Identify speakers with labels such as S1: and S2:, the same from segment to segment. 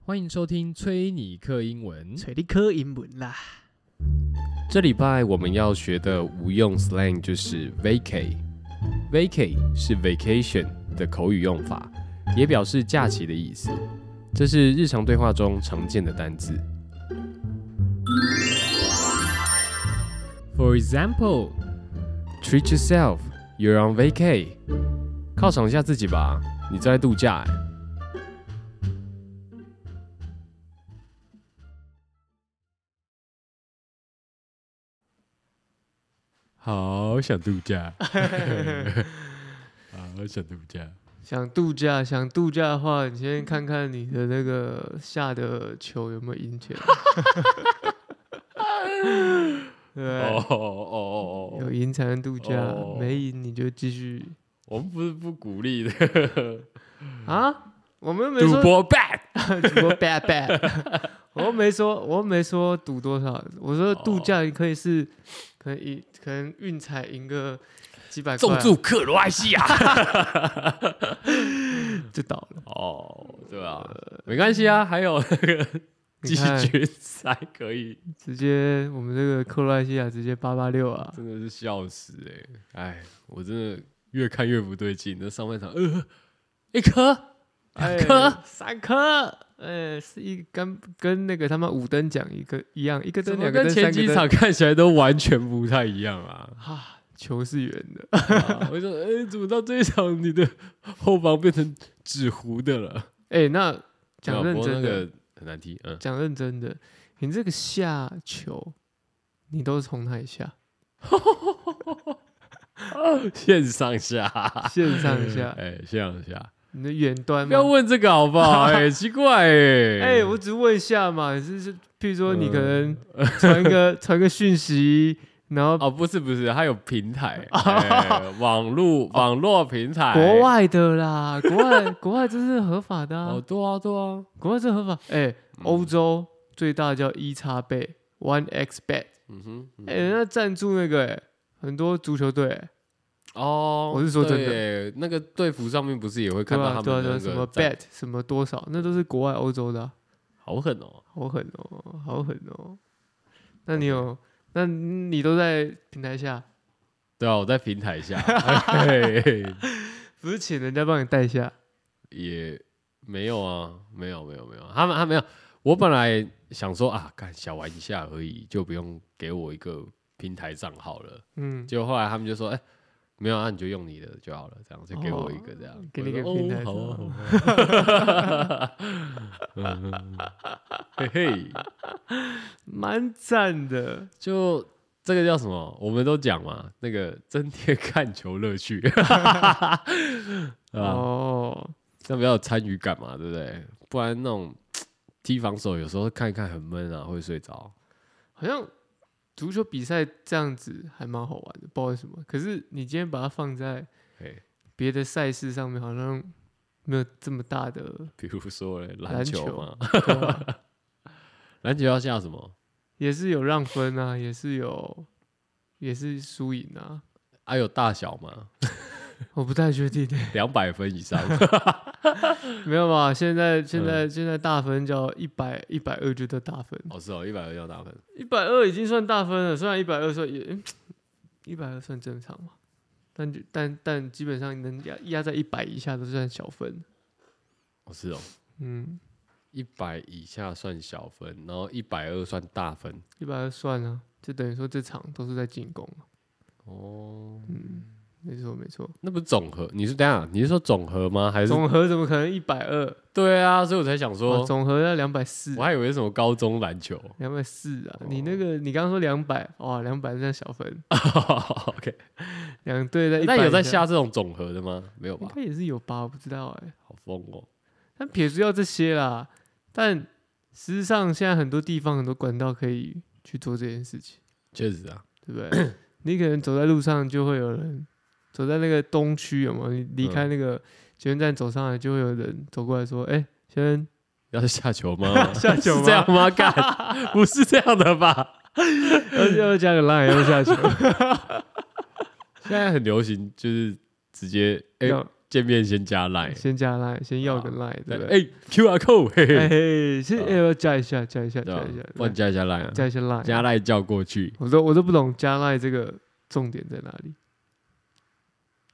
S1: 欢迎收听崔尼克英文。
S2: 找你考英文啦。
S1: 这礼拜我们要学的无用 slang 就是 vacay。vacay 是 vacation 的口语用法，也表示假期的意思。这是日常对话中常见的单字。For example, treat yourself. You're on vacay. 犒赏一下自己吧，你在度假欸。好想度 假，好想度假。
S2: 想度假，想度假的话，你先看看你的那个下的球有没有赢钱。对，
S1: 哦哦
S2: 有赢才能度假
S1: 哦，
S2: 没赢你就继续
S1: 我们不是不鼓励的，
S2: 啊。我们又没
S1: 嗯赌
S2: 说
S1: 博 bad
S2: 赌博 bad bad，我又没说，我又没说赌多少，我
S1: 哦
S2: 说度假你可以是，可以可能运彩赢个几百块
S1: 重
S2: 啊，
S1: 注克罗埃西亚。
S2: 就倒了。
S1: 哦，对啊，没关系啊，还 有那个
S2: 你
S1: 季
S2: 看
S1: 军赛可以，
S2: 直接我们这个克罗埃西亚直接八八六啊，
S1: 真的是笑死哎、欸！哎，我真的越看越不对劲。那上半场，呃，一颗
S2: 哎
S1: 颗
S2: 三颗，哎，是一跟跟那个他们五等奖一个一样，一个
S1: 怎
S2: 灯
S1: 么
S2: 两个
S1: 跟
S2: 灯
S1: 前
S2: 三个
S1: 几
S2: 灯
S1: 场看起来都完全不太一样啊！
S2: 啊，球是圆的，
S1: 啊我就说，哎、怎么到这一场你的后防变成纸糊的了？
S2: 哎，那
S1: 对
S2: 讲
S1: 啊
S2: 认
S1: 不过
S2: 真
S1: 那
S2: 的，
S1: 个很难踢，嗯，
S2: 讲认真的，你这个下球，你都是从哪里下？
S1: 线上 下，
S2: 线上 下，
S1: 哎、线上下，
S2: 你的远端
S1: 啊不要
S2: 吗？
S1: 问这个好不 好？哎、奇怪、哎，
S2: 哎，我只问一下嘛，就是譬如说你可能
S1: 嗯
S2: 传个传个讯息，然后
S1: 哦，不是不是，它有平 台，哎网络网络平台，
S2: 哦国外的啦，国外 国外这是合法的啊
S1: 哦，嗯对啊对啊，
S2: 国外这合法。哎、欧、洲最大叫一叉贝 One X Bet，
S1: 嗯哼，嗯
S2: 哎、人家赞助那个、哎很多足球队、哎
S1: 哦，
S2: 我是说真的
S1: 的，那个队服上面不是也会
S2: 对
S1: 看到
S2: 啊
S1: 他
S2: 对啊
S1: 们的
S2: 对啊，
S1: 那
S2: 什么
S1: 个赞，
S2: Bet 什么多少，那都是国外欧洲的啊、
S1: 好狠哦，
S2: 好狠哦，好狠哦。那你有？那你都在平台下，
S1: 对啊，我在平台 下，嘿嘿嘿
S2: 不是请人家帮你带下？
S1: 也没有啊，没有没有没有，他们他没有，我本来想说啊，干小玩一下而已，就不用给我一个平台账号了。
S2: 嗯，
S1: 结果后来他们就说，哎、没有啊，你就用你的就好了，这样就给我一个这样，
S2: 给你一个
S1: 我说
S2: 平台
S1: 哦
S2: 上
S1: 好啊好啊 嗯嘿嘿，
S2: 蛮赞的。
S1: 就这个叫什么？我们都讲嘛，那个增添看球乐 趣，啊，
S2: 哦，
S1: 这样比较有参与感嘛，对不对？不然那种踢防守有时候看一看很闷啊，会睡着。
S2: 好像足球比赛这样子还蛮好玩的，不知道为什么。可是你今天把它放在
S1: 嘿，
S2: 别的赛事上面好像没有这么大的，
S1: 比如说嘞，篮
S2: 篮
S1: 球
S2: 球
S1: 嘛，
S2: 对吧
S1: 篮球要下什么？
S2: 也是有让分啊，也是有，也是输赢啊，
S1: 啊，有大小吗？
S2: 我不太确定、欸，
S1: 两百分以上。
S2: 没有吧？现在现在、现在大分叫一百一百二就叫大分，
S1: 哦，是哦，一百二要打分。
S2: 一百二已经算大分了，虽然一百二算也一百二算正常嘛，但就但但基本上能压压在一百以下都算小分，
S1: 哦，是哦，
S2: 嗯，
S1: 一百以下算小分，然后一百二算大分。
S2: 一百二算啊，就等于说这场都是在进攻啊，
S1: 哦，
S2: 没错没错，
S1: 那不是总和？你是等一下，你是说总和吗？还是
S2: 总和怎么可能一百二？
S1: 对啊？所以我才想说，
S2: 哦总和要两百四
S1: 我，还以为是什么高中篮球。
S2: 两百四啊！你那个你刚刚说两百，哇，两百算小分，
S1: OK，
S2: 两队在一百，
S1: 那有在，下这种总和的吗？没有
S2: 应
S1: 吧？
S2: 该也是有吧？我不知道哎、
S1: 好疯哦！
S2: 但撇除掉这些啦，但事实上现在很多地方很多管道可以去做这件事情，
S1: 确实啊，
S2: 对 不对？你可能走在路上就会有人，走在那个东区有没有？你离
S1: 嗯
S2: 开那个捷运站走上来，就会有人走过来说：“哎、先 生，
S1: 要是 下球吗？
S2: 下球吗
S1: 是这样 吗？干，不是这样的吧？
S2: 要要加个 line 要下球。
S1: 现在很流行，就是直接哎、哎
S2: 要
S1: 见面先加 line，
S2: 先加 line，先要个 line，对不对？
S1: 哎，QR code，嘿嘿，
S2: 哎嘿，是
S1: 啊
S2: 哎要加一下，加一下，
S1: 对
S2: 加
S1: 吧
S2: 一下？，
S1: 帮你加一下 line，啊
S2: 加一下 line，
S1: 加 line 叫过去
S2: 我都我都不懂加 line 这个重点在哪里。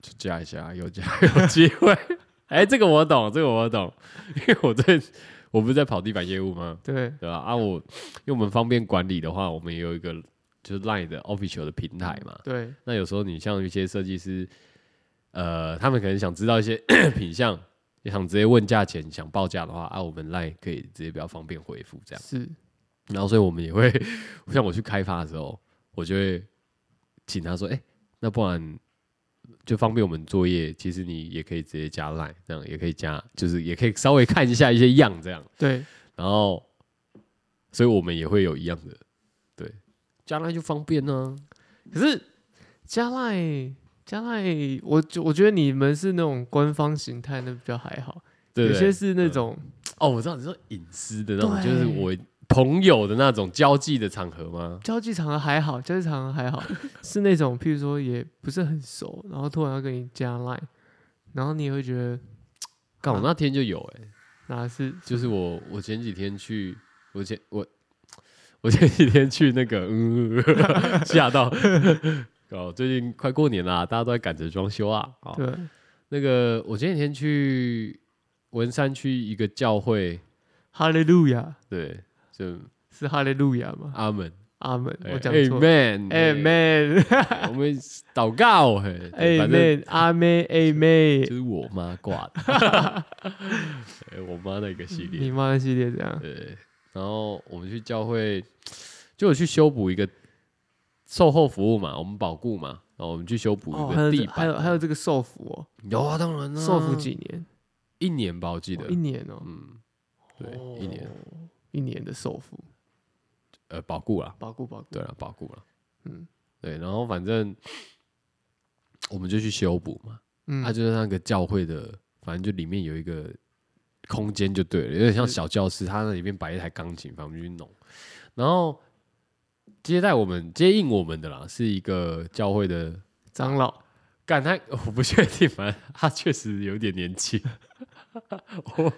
S1: 就加一下， 有加有机会。 哎，这个我懂，这个我懂， 因为我在我不是在跑地板业务吗？
S2: 对，
S1: 对吧？啊，我因为我们方便管理的话，我们也有一个就是 Line 的 official 的平台嘛。
S2: 对，
S1: 那有时候你像一些设计师，呃，他们可能想知道一些 品相，也想直接问价钱，想报价的话，啊，我们 Line 可以直接比较方便回复这样。
S2: 是
S1: 然后，所以我们也会 像我去开发的时候，我就会请他说，哎、那不然。就方便我们作业，其实你也可以直接加 line，这样也可以加，就是也可以稍微看一下一些样这样。
S2: 对，
S1: 然后，所以我们也会有一样的，对，加赖就方便啊呢、
S2: 可是加 line 加 line，我就我觉得你们是那种官方形态，那比较还好。
S1: 对不
S2: 有
S1: 对
S2: 些是那种
S1: 哦，我知道你说隐私的那种，
S2: 对
S1: 就是我朋友的那种交际的场合吗？
S2: 交际场合还好，交际场合还好， 是那种譬如说也不是很熟，然后突然要跟你加 line，然后你也会觉得
S1: 干，我
S2: 啊
S1: 那天就有哎、
S2: 哪是
S1: 就是我我前几天去，我前我我前几天去那个，嗯， 吓到。 哦，最近快过年啦，大家都在赶着装修啊。哦，
S2: 对
S1: 那个我前几天去文山区一个教会，
S2: 哈利路亚
S1: 对，就是
S2: 哈利路亚吗？
S1: 阿门。
S2: 阿门，
S1: 哎
S2: 我讲错了。
S1: Amen，
S2: 哎 man，
S1: 我们祷告，嘿，
S2: 哎
S1: 反正
S2: man，阿妹哎妹
S1: 就，是我妈挂的， 哎我妈那个系
S2: 你
S1: 列，
S2: 妈的系列这样，
S1: 对，然后我们去教会，就有去修补一个售后服务嘛，我们保固嘛，然后我们去修补
S2: 哦，
S1: 一
S2: 还
S1: 个
S2: 有这
S1: 地
S2: 还
S1: 板，
S2: 有还有这个寿服哦，
S1: 有啊，当然啊
S2: 寿服几年？
S1: 一年吧，我记得
S2: 哦，一年哦，
S1: 嗯，对，
S2: 哦
S1: 一年，
S2: 一年的寿服，
S1: 呃，保固啦，
S2: 保固保固
S1: 对，了，保固了，
S2: 嗯
S1: 对，然后反正我们就去修补嘛。
S2: 嗯
S1: 它就是那个教会的，反正就里面有一个空间就对了，有点像
S2: 是
S1: 小教室，它那里面摆一台钢琴，反正我们就去弄。然后接待我们、接应我们的啦，是一个教会的，
S2: 长老，
S1: 干他 我不确定，反正他确实有点年纪。 我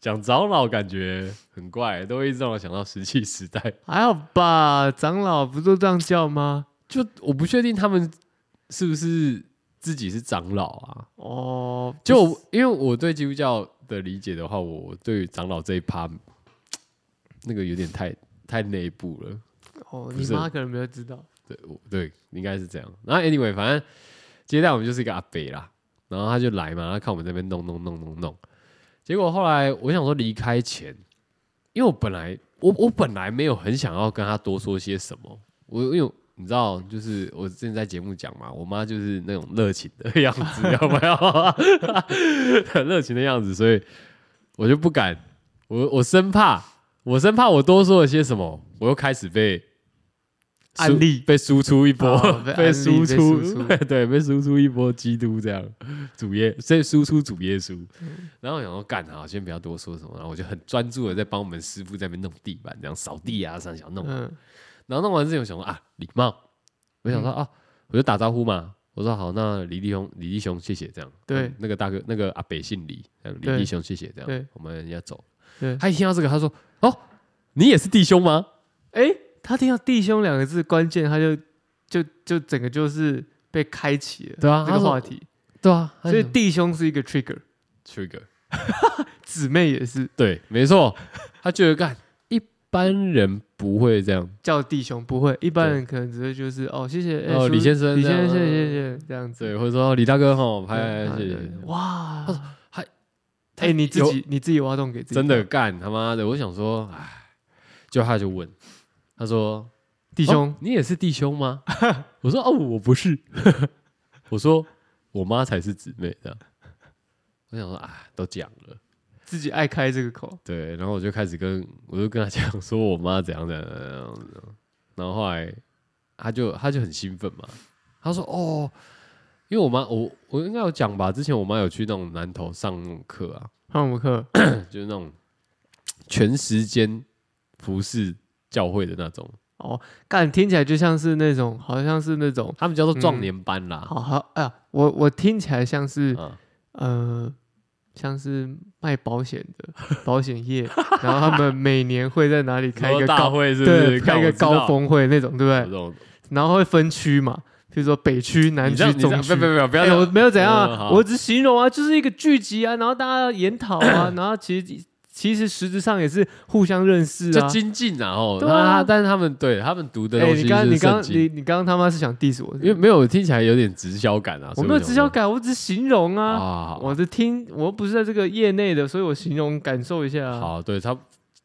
S1: 讲长老感觉很怪，都会一直让我想到石器时代。
S2: 还好吧？长老不都这样叫吗？
S1: 就我不确定他们是不是自己是长老啊，
S2: 哦，
S1: 就我因为我对基督教的理解的话，我对于长老这一趴，那个有点太太内部了。
S2: 哦，
S1: 不
S2: 你
S1: 是
S2: 妈可能没有知道，
S1: 对，我对，应该是这样。然后 anyway，反正接待我们就是一个阿伯啦，然后他就来嘛，他看我们这边弄弄弄弄弄，结果后来我想说离开前，因为我本来我我本来没有很想要跟他多说些什么，我因为。你知道，就是我之前在节目讲嘛，我妈就是那种热情的样子，要不要？ 很热情的样子，所以我就不敢，我我生怕，我生怕我多说了些什么，我又开始被输
S2: 案例
S1: 被输出一波
S2: 哦，被
S1: 被
S2: 案例
S1: 输
S2: 被
S1: 出
S2: 输出，
S1: 对，被输出一波基督这样主耶，所以输出主耶稣。
S2: 嗯
S1: 然后我想说干好，先不要多说什么，然后我就很专注的在帮我们师傅在那边弄地板，这样扫地啊，上想弄。
S2: 嗯，
S1: 然后弄完之后，我想说啊，礼貌，我想说、
S2: 嗯
S1: 啊，我就打招呼嘛。我说好，那李弟兄，李弟兄，谢谢这样。
S2: 对
S1: 嗯那个大哥，那个阿北姓李，这样李
S2: 对
S1: 弟兄，谢谢这
S2: 对
S1: 样。我们要走
S2: 对。
S1: 他一听到这个，他说哦，你也是弟兄吗？
S2: 哎，他听到弟兄两个字关键，他就就就整个就是被开启了，
S1: 对啊
S2: 这
S1: 他
S2: 个
S1: 说
S2: 话题，
S1: 对啊，
S2: 所以弟兄是一个 trigger，
S1: trigger，
S2: 姊妹也是
S1: 对，没错，他觉得干一般人不会这样。
S2: 叫弟兄，不会，一般
S1: 对
S2: 人可能只会就是哦，谢谢，哎
S1: 哦
S2: 叔
S1: 李先生
S2: 李
S1: 这
S2: 先
S1: 样
S2: 生，谢谢
S1: 嗯
S2: 谢谢，这样子，
S1: 对，或者说哦李大哥吼，拍
S2: 对
S1: 谢谢。
S2: 哇
S1: 他说，还他
S2: 哎，你自
S1: 有
S2: 己你自己挖洞给自己，
S1: 真的干他妈的，我想说，哎，就他就问，他说
S2: 弟兄
S1: 哦，你也是弟兄吗？ 我说哦，我不是。 我说我妈才是姊妹这样。我想说啊，都讲了，
S2: 自己爱开这个口，
S1: 对，然后我就开始跟我就跟他讲说我妈怎样怎样怎样怎样怎样，然后后来他就他就很兴奋嘛，他说哦，因为我妈我我应该有讲吧，之前我妈有去那种南头上那种课啊，
S2: 汉姆克，
S1: 就是那种全时间服侍教会的那种，
S2: 哦干听起来就像是那种，好像是那种，嗯
S1: 他们叫做壮年班啦。
S2: 好好，哎呀，我我听起来像是
S1: 啊，
S2: 呃，像是卖保险 的保险业，然后他们每年会在哪里开一
S1: 说
S2: 个
S1: 大
S2: 高
S1: 会是不
S2: 对
S1: 是？
S2: 开一个高峰会那种，对不
S1: 这
S2: 对？
S1: 种，
S2: 然后会分区嘛，比如说北区、南
S1: 你这
S2: 区、
S1: 样你这
S2: 中
S1: 样，
S2: 区。
S1: 不要不要不
S2: 哎
S1: 要，
S2: 我没有怎样
S1: 嗯
S2: 啊，
S1: 好
S2: 我只形容啊，就是一个聚集啊，然后大家研 讨啊，然后其实其实实质上也是互相认识
S1: 就
S2: 啊。
S1: 精进啊哦，
S2: 对啊
S1: 那他但是他们对他们读的
S2: 哎，
S1: 东西
S2: 你刚
S1: 是
S2: 你刚
S1: 圣
S2: 你
S1: 经，
S2: 你刚刚他妈是想 diss 我是不是？
S1: 因为没有听起来有点直销感啊，
S2: 我
S1: 所以
S2: 没有
S1: 想
S2: 直销
S1: 说
S2: 感，我只是形容啊。
S1: 啊，
S2: 我是听，我又不是在这个业内的，所以我形容感受一下啊。
S1: 好，对，差不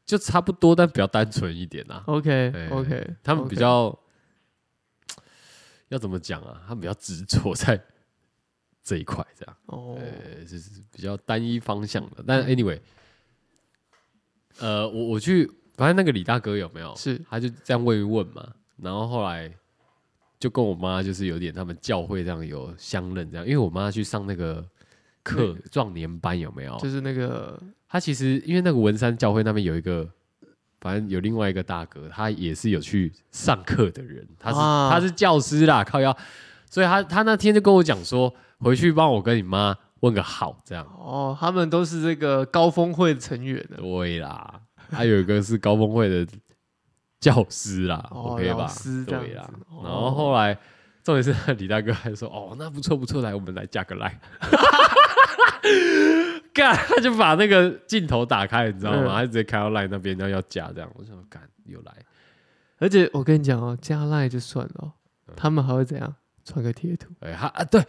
S1: 就差不多，但比较单纯一点啊。
S2: ，OK
S1: 哎
S2: OK，
S1: 他们比较要怎么讲啊？他们比较执着在这一块，这样，
S2: 哦，
S1: 呃，就是比较单一方向的。
S2: 嗯
S1: 但 anyway，呃，我我去，反正那个李大哥有没有？
S2: 是
S1: 他就这样问一问嘛，然后后来就跟我妈就是有点他们教会这样有相认这样，因为我妈去上那个
S2: 那
S1: 课壮年班有没有？
S2: 就是那个
S1: 他其实因为那个文山教会那边有一个，反正有另外一个大哥，他也是有去上课的人，他是、
S2: 啊
S1: 他是教师啦，靠腰，所以他他那天就跟我讲说，回去帮我跟你妈问个好，这样
S2: 哦，他们都是这个高峰会的成员的。
S1: 对啦，还有一个是高峰会的教师啦、
S2: 哦
S1: o k
S2: 老
S1: 吧
S2: 师？这样
S1: 对啦
S2: 子，哦
S1: 然后后来。重点是那李大哥还说：“哦，那不错不错，来我们来加个来。” 干，他就把那个镜头打开，你知道吗？
S2: 嗯
S1: 他直接开到 line 那边，然后要加这样。我想说干又来，
S2: 而且我跟你讲哦，加赖就算了哦、
S1: 嗯
S2: 他们还会怎样？传个贴图，
S1: 哎、他啊，对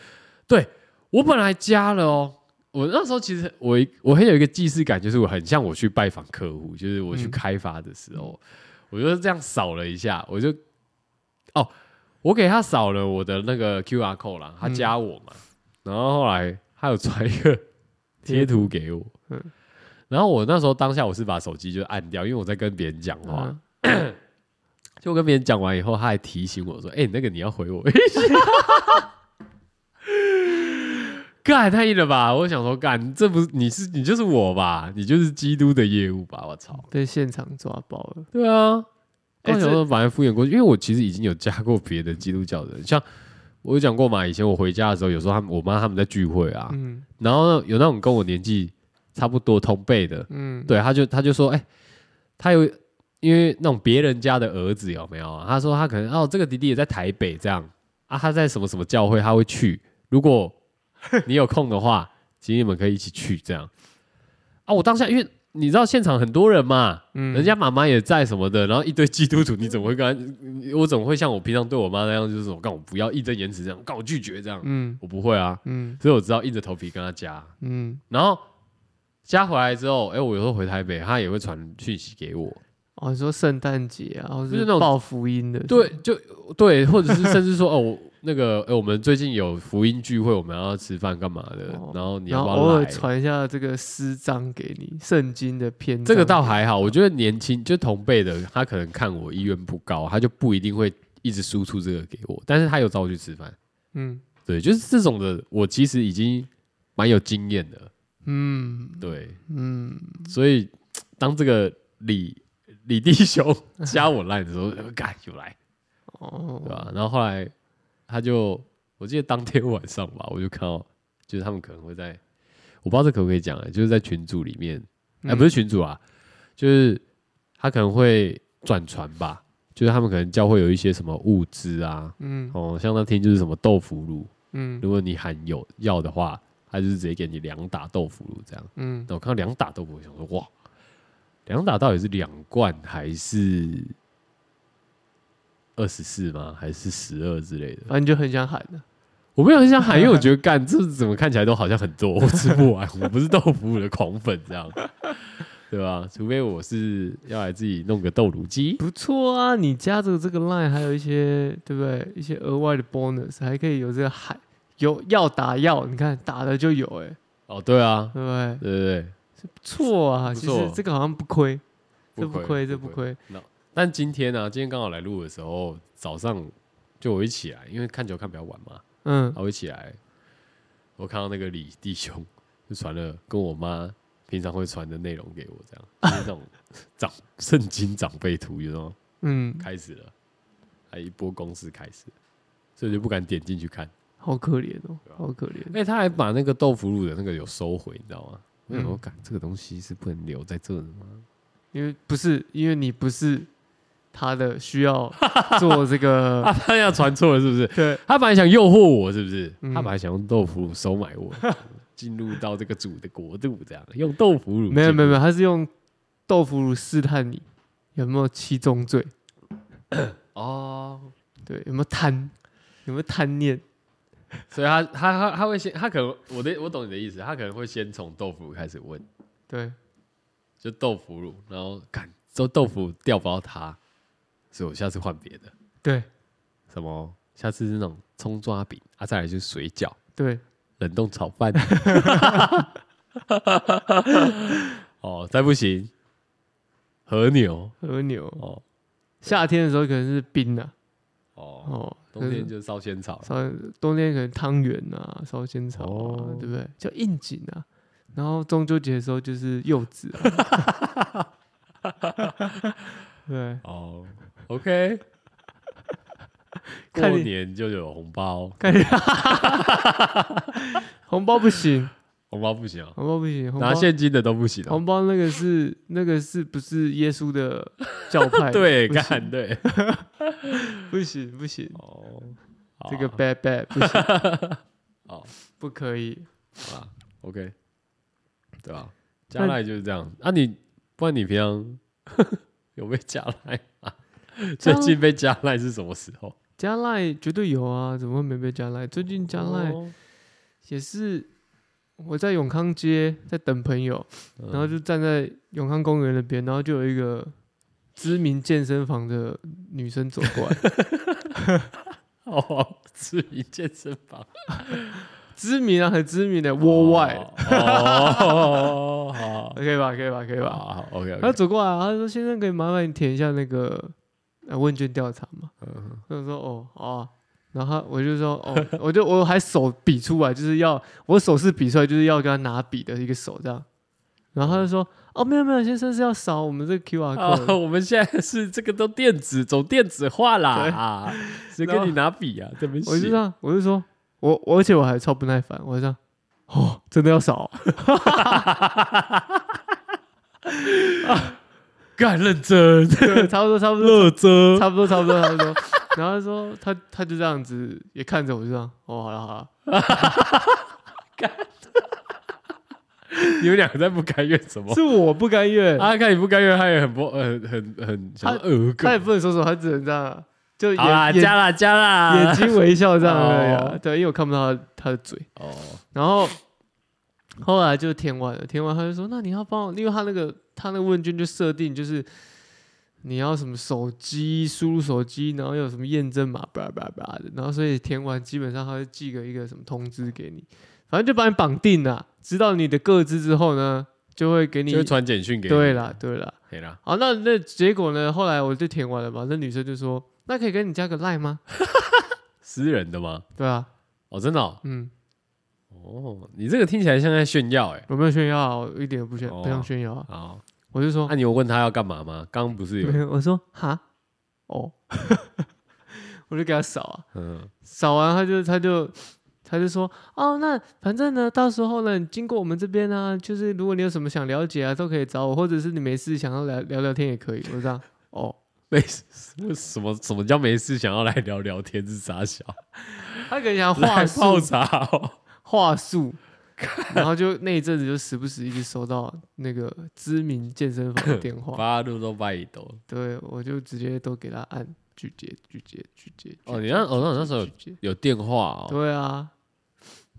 S1: 对，我本来加了哦。我那时候其实我一我很有一个既视感，就是我很像我去拜访客户，就是我去
S2: 嗯
S1: 开发的时候，我就这样扫了一下，我就哦，我给他扫了我的那个 QR code 啦，他
S2: 嗯
S1: 加我嘛，然后后来他有传一个贴图给我，
S2: 嗯
S1: 然后我那时候当下我是把手机就按掉，因为我在跟别人讲话，
S2: 嗯，
S1: 就我跟别人讲完以后，他还提醒我说：“哎、你那个你要回我。” 干太硬了吧！ 我想说，干这不是你是你就是我吧？你就是基督的业务吧？我操！
S2: 被现场抓包了。
S1: 对啊，
S2: 哎
S1: 我想
S2: 这
S1: 说把人敷衍过去，因为我其实已经有加过别的基督教的人，像我有讲过嘛，以前我回家的时候，有时候他们我妈他们在聚会啊，
S2: 嗯
S1: 然后有那种跟我年纪差不多同辈的，
S2: 嗯，
S1: 对，他就他就说，哎、他有因为那种别人家的儿子有没有啊？他说他可能哦，这个弟弟也在台北这样啊，他在什么什么教会他会去，如 果你有空的话，其实你们可以一起去这样啊。我当下因为你知道现场很多人嘛，
S2: 嗯
S1: 人家妈妈也在什么的，然后一堆基督徒，你怎么会跟他？我怎么会像我平常对我妈那样，就是我干我不要义正言辞这样，干我拒绝这样，
S2: 嗯
S1: 我不会啊，
S2: 嗯
S1: 所以我只好硬着头皮跟他加。
S2: 嗯，
S1: 然后加回来之后，哎、我有时候回台北，他也会传讯息给我，
S2: 哦，你说圣诞节啊，或
S1: 就是那
S2: 是
S1: 种
S2: 报福音的，
S1: 对，，就对，或者是甚至说，哦， 我那个，哎、我们最近有福音聚会，我们要吃饭干嘛的，
S2: 哦
S1: 然后你
S2: 然
S1: 要
S2: 后
S1: 不
S2: 偶
S1: 要
S2: 尔
S1: 来？
S2: 传一下这个诗章给你，圣经的篇章。
S1: 这个倒还好，我觉得年轻就同辈的，他可能看我意愿不高，他就不一定会一直输出这个给我，但是他有找我去吃饭，
S2: 嗯
S1: 对，就是这种的，我其实已经蛮有经验的，
S2: 嗯
S1: 对，
S2: 嗯，
S1: 所以当这个李李弟兄 加我烂的时候， 干又来。
S2: 哦，
S1: 对吧、然后后来他就，我记得当天晚上吧，我就看到，就是他们可能会在，我不知道这可不可以讲、欸，就是在群组里面，哎、
S2: 嗯
S1: 不是群组啊，就是他可能会转传吧，就是他们可能教会有一些什么物资啊，
S2: 嗯
S1: 哦，像那天就是什么豆腐乳，
S2: 嗯
S1: 如果你喊有要的话，他就是直接给你两打豆腐乳这样。
S2: 嗯
S1: 那我看到两打豆腐，我想说哇，两打到底是两罐还是二十四吗？还是十二之类的？
S2: 反正就很想喊的。
S1: 我没有很想喊，因为我觉得干这怎么看起来都好像很多，我吃不完，我不是豆腐乳的狂粉这样，对吧？除非我是要来自己弄个豆乳机，
S2: 不错啊，你加着这个 line 还有一些对不对？一些额外的 bonus，还可以有这个海有要打要，你看打了就有哎、
S1: 哦，对啊，
S2: 对不对？
S1: 对对对，
S2: 不错啊，
S1: 不
S2: 其
S1: 错
S2: 实这个好像不亏，这不亏，这
S1: 不
S2: 不。亏。
S1: 但今天呢、今天刚好来录的时候，早上就我一起来，因为看球看比较晚嘛，
S2: 嗯
S1: 然，后一起来，我看到那个李弟兄就传了跟我妈平常会传的内容给我，这样就是那种长 圣经长辈图，然后
S2: 嗯，
S1: 开始了，还一波攻势开始，所以我就不敢点进去看。
S2: 好可怜哦，好可怜。
S1: 哎、他还把那个豆腐乳的那个有收回，你知道吗？我想说，
S2: 嗯
S1: 干、这个东西是不能留在这的 吗？
S2: 因为不是，因为你不是他的需要做这
S1: 啊，
S2: 个，
S1: 他要传错了是不是？
S2: 对，
S1: 他本来想诱惑我，是不是？
S2: 嗯
S1: 他本来想用豆腐乳收买我，进入到这个主的国度，这样用豆腐乳。
S2: 没有没有没有，，他是用豆腐乳试探你有没有七宗罪，
S1: 哦，
S2: 对，有没有贪，有没有贪念，
S1: 所以他他他他会先，他可能我的我懂你的意思，他可能会先从豆腐乳开始问，
S2: 对，
S1: 就豆腐乳，然后干，之豆腐乳调不到他，所以我下次换别的，
S2: 对，
S1: 什么下次是那种葱抓饼啊，再来就是水饺、
S2: 对，
S1: 冷冻炒饭。哦，再不行，和牛
S2: 和牛，
S1: 哦
S2: 夏天的时候可能是冰啊，
S1: 哦，
S2: 哦，
S1: 冬天
S2: 就
S1: 就烧仙草了。
S2: 烧，冬天可能汤圆啊，烧仙草啊，
S1: 哦
S2: 对不对？叫应景啊。然后中秋节的时候就是柚子、啊， 对，
S1: 哦，OK，过
S2: 看你
S1: 年就有红包，
S2: 看一下， 红包不行，
S1: 红包不行哦，
S2: 红包不行，红包
S1: 拿现金的都不行哦。
S2: 红包那个是那个是不是耶稣的教 派？
S1: 对，
S2: 不行
S1: 干对。
S2: 不行不行，
S1: 哦，
S2: 这个
S1: 好
S2: bad bad 不行，
S1: 好
S2: 不可以。
S1: 啊好啊，OK，对吧？加赖就是这样。啊，你不然你平常 有被加赖吗？最近被加赖是什么时候？
S2: 加赖绝对有啊，怎么会没被加赖？最近加赖
S1: 哦
S2: 也是我在永康街在等朋友，
S1: 嗯
S2: 然后就站在永康公园那边，然后就有一个知名健身房的女生走过 来，
S1: 哦，知名健身房
S2: 知名啊，很知名的窝外，
S1: 哦，好，
S2: 可以吧？可以吧？可以吧？
S1: 好，OK，
S2: 他走过来，他说：“先生，可以麻烦你填一下那个呃问卷调查嘛？”我说：“哦，好啊。”然后他我就说：“哦， 我就我还手比出来，就是要我手势比出来，就是要跟他拿笔的一个手这样。”然后他就说：“哦，没有没有，先生是要扫我们这个 QR
S3: 哦
S1: 啊
S2: code。，
S1: 我们现在是这个都电子，走电子化啦，啊谁
S2: 然后
S1: 跟你拿笔啊？怎么
S2: 我就这
S1: 写？
S2: 样，我就说：“我我而且我还超不耐烦，我就这样，哦，真的要扫
S1: 干认真，
S2: 哦，对 差不多差不多
S1: 乐真，
S2: 差不多，差不多，差不多。然后他说他他就这样子也看着我，就这样，哦，好了好了，
S1: 你们两个在不甘愿什么？
S2: 是我不甘愿，
S1: 啊，看你不甘愿，他也很不，很很很想呃
S2: 他
S1: 恶
S2: 他也
S1: 搞。
S2: 不能说什么，他只能这样啊，就眼
S1: 好啦，
S2: 眼
S1: 加啦加啦，
S2: 眼睛微笑这样而已啊
S1: 哦。
S2: 对，因为我看不到他他的嘴。
S1: 哦，
S2: 然后后来就填完了，填完他就说，那你要帮我，因为他那个他那个问卷就设定就是。你要什么手机输入手机，然后有什么验证码，叭叭叭的，然后所以填完基本上他会寄个一个什么通知给你，反正就把你绑定了。知道你的个资之后呢，就会给你
S1: 就会传简讯给你
S2: 对，啦对啦。
S1: 对啦，
S2: 好，那那结果呢？后来我就填完了嘛，那女生就说：“那可以跟你加个 line 吗
S1: 私人的吗？？”
S2: 对啊，
S1: 哦，真的哦，
S2: 嗯，
S1: 哦，你这个听起来像在炫耀哎。
S2: 有没有炫耀啊？我一点都不炫，
S1: 哦哎
S2: 不想炫耀啊！
S1: 好，
S2: 我就说
S1: 那你有问他要干嘛吗？刚刚不是
S2: 没
S1: 有，
S2: 有， 我说哈， 哦，我就给他扫啊，
S1: 嗯，
S2: 扫完他就他就他就说哦，那反正呢，到时候呢，你经过我们这边呢、就是如果你有什么想了解啊，都可以找我，或者是你没事想要聊聊聊天也可以，我这样哦，
S1: 没事，为什么什么叫没事想要来聊聊天是傻小？
S2: 他可能想 话
S1: 来
S2: 术
S1: 泡茶哦，
S2: 话 术，然后就那一阵子就时不时一直收到那个知名健身房的电 话，
S1: 八路都拜斗。
S2: 对我就直接都给他按拒绝拒绝拒绝。拒
S1: 哦，
S2: 绝
S1: 你那哦那那时候有
S2: 拒绝
S1: 有电话哦。
S2: 对啊，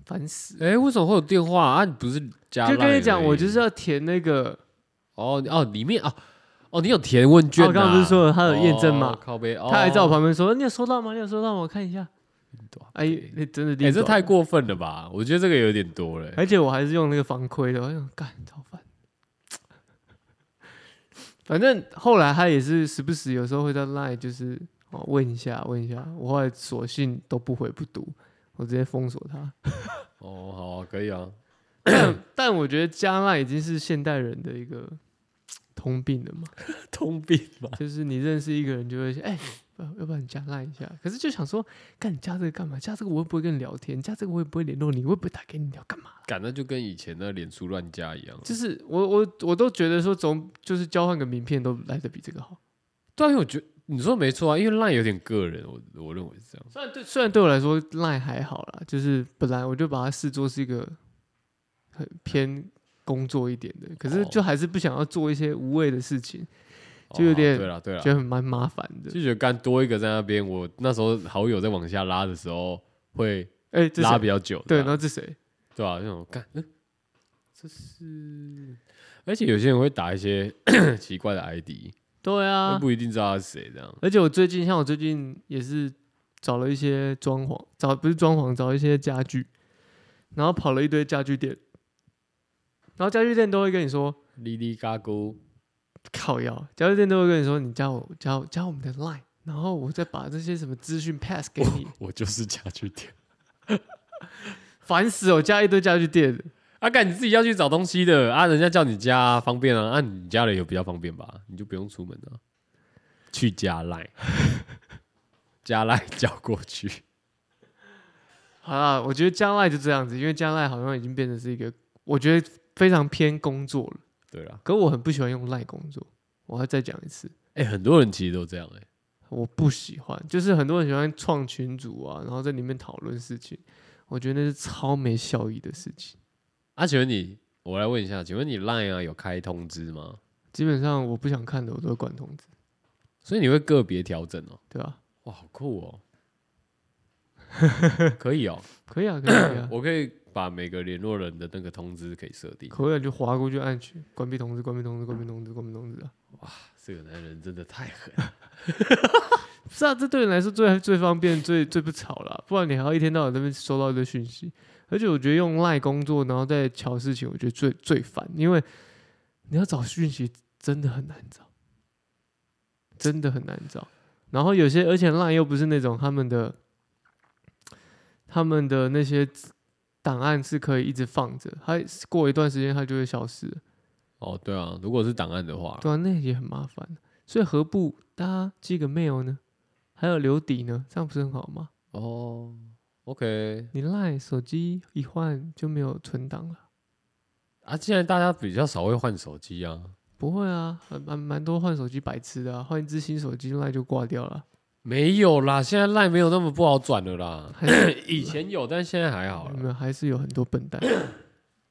S2: 烦死了！
S1: 哎，为什么会有电话啊？你不是加
S2: 就跟
S1: Line
S2: 你讲，
S1: 而已
S2: 我就是要填那个，
S1: 哦你哦，里面哦哦，你有填问卷、啊？
S2: 哦我刚刚不是说了他有验证码
S1: 哦靠背，哦、
S2: 他还在我旁边说：“你有收到吗？你有收到吗？我看一下。”哎，那真的
S1: 哎、
S2: 叮
S1: 这
S2: 咚，
S1: 太过分了吧？我觉得这个有点多了、欸
S2: 而且我还是用那个防窥的，我想干超烦。 反正后来他也是时不时有时候会在 Line 就是哦问一下问一下，我后来索性都不回不读，我直接封锁他。
S1: 哦，好啊、可以啊。
S2: 但但我觉得加 Line 已经是现代人的一个通通病的嘛，
S1: 通病吧？
S2: 就是你认识一个人就会哎、呃要不然你加赖一下。可是就想说，干你加这个干嘛？加这个我又不会跟你聊天，加这个我也不会联络你，我也不会打给你，你要干嘛？
S1: 感那就跟以前那脸书乱加一样。
S2: 就是我我我都觉得说总就是交换个名片都来的比这个好。
S1: 对啊，因为我觉得你说没错啊，因为烂有点个人，我我认为是这样。
S2: 虽然对虽然对我来说赖还好啦，就是本来我就把它视作是一个很偏工作一点的，可是
S1: 嗯哦
S2: 就还是不想要做一些无谓的事情，就有
S1: 哦
S2: 点
S1: 对了对了，
S2: 觉得很蛮麻烦的。
S1: 就觉得干多一个在那边，我那时候好友在往下拉的时候会
S2: 哎、这
S1: 拉
S2: 谁？
S1: 比较啊久，这
S2: 对，然
S1: 样
S2: 后这谁？
S1: 对吧、啊？那种干，嗯，这是，而且有些人会打一些 奇怪的 ID，
S2: 对
S1: 都
S2: 啊，
S1: 不一定知道他是谁，这样
S2: 而且我最近像我最近也是找了一些装潢，找不是装潢，找一些家具，然后跑了一堆家具店，然后家具店都会跟你说
S1: 哩哩嘎咕，
S2: 靠要，家具店都会跟你说你加我加我加我们的 line，然后我再把这些什么资讯 pass 给你，
S1: 我就是家具店。
S2: 烦死我加一堆家具店的，
S1: 啊，干你自己要去找东西的啊，人家叫你家、方便啊，啊，你家人有比较方便吧？你就不用出门啊，去加赖， 加赖叫过去，
S2: 好啦，我觉得加 line 就这样子，因为加 line 好像已经变成是一个我觉得非常偏工作了，
S1: 对啦，
S2: 可我很不喜欢用 line 工作，我要再讲一次。
S1: 哎、很多人其实都这样哎、
S2: 我不喜欢，就是很多人喜欢创群组啊，然后在里面讨论事情，我觉得那是超没效益的事情。
S1: 啊，请问你，我来问一下，请问你 Line 啊有开通知吗？
S2: 基本上我不想看的我都会关通知，
S1: 所以你会个别调整哦。
S2: 对吧、
S1: 哇，好酷哦！可以哦，
S2: 可以啊，可以啊，可以啊
S1: 我可以把每个联络人的那个通知可以设定。
S2: 可以啊，就划过去按去关闭通知，关闭通知，关闭通知，关闭通知啊。
S1: 这个男人真的太狠了。
S2: 是啊，这对你来说最最方便、最最不吵了啊，不然你还要一天到晚在那边收到一堆讯息。而且我觉得用赖工作，然后再瞧事情，我觉得最最烦，因为你要找讯息真的很难找，真的很难找。然后有些，而且赖又不是那种他们的他们的那些档案是可以一直放着，它过一段时间它就会消失了。
S1: 哦，对啊，如果是档案的话，
S2: 对啊，那也很麻烦。所以何不大家寄个 mail 呢？还有留底呢？这样不是很好吗？
S1: 哦，OK
S2: 你赖手机一换就没有存档了。
S1: 啊，既然大家比较少会换手机啊，
S2: 不会啊，很蛮蛮多换手机白痴的、啊，换一只新手机赖就挂掉了。
S1: 没有啦，现在 Line 没有那么不好转了啦。
S2: 还是
S1: 以前有，但现在还好
S2: 你
S1: 了。
S2: 们还是有很多笨蛋，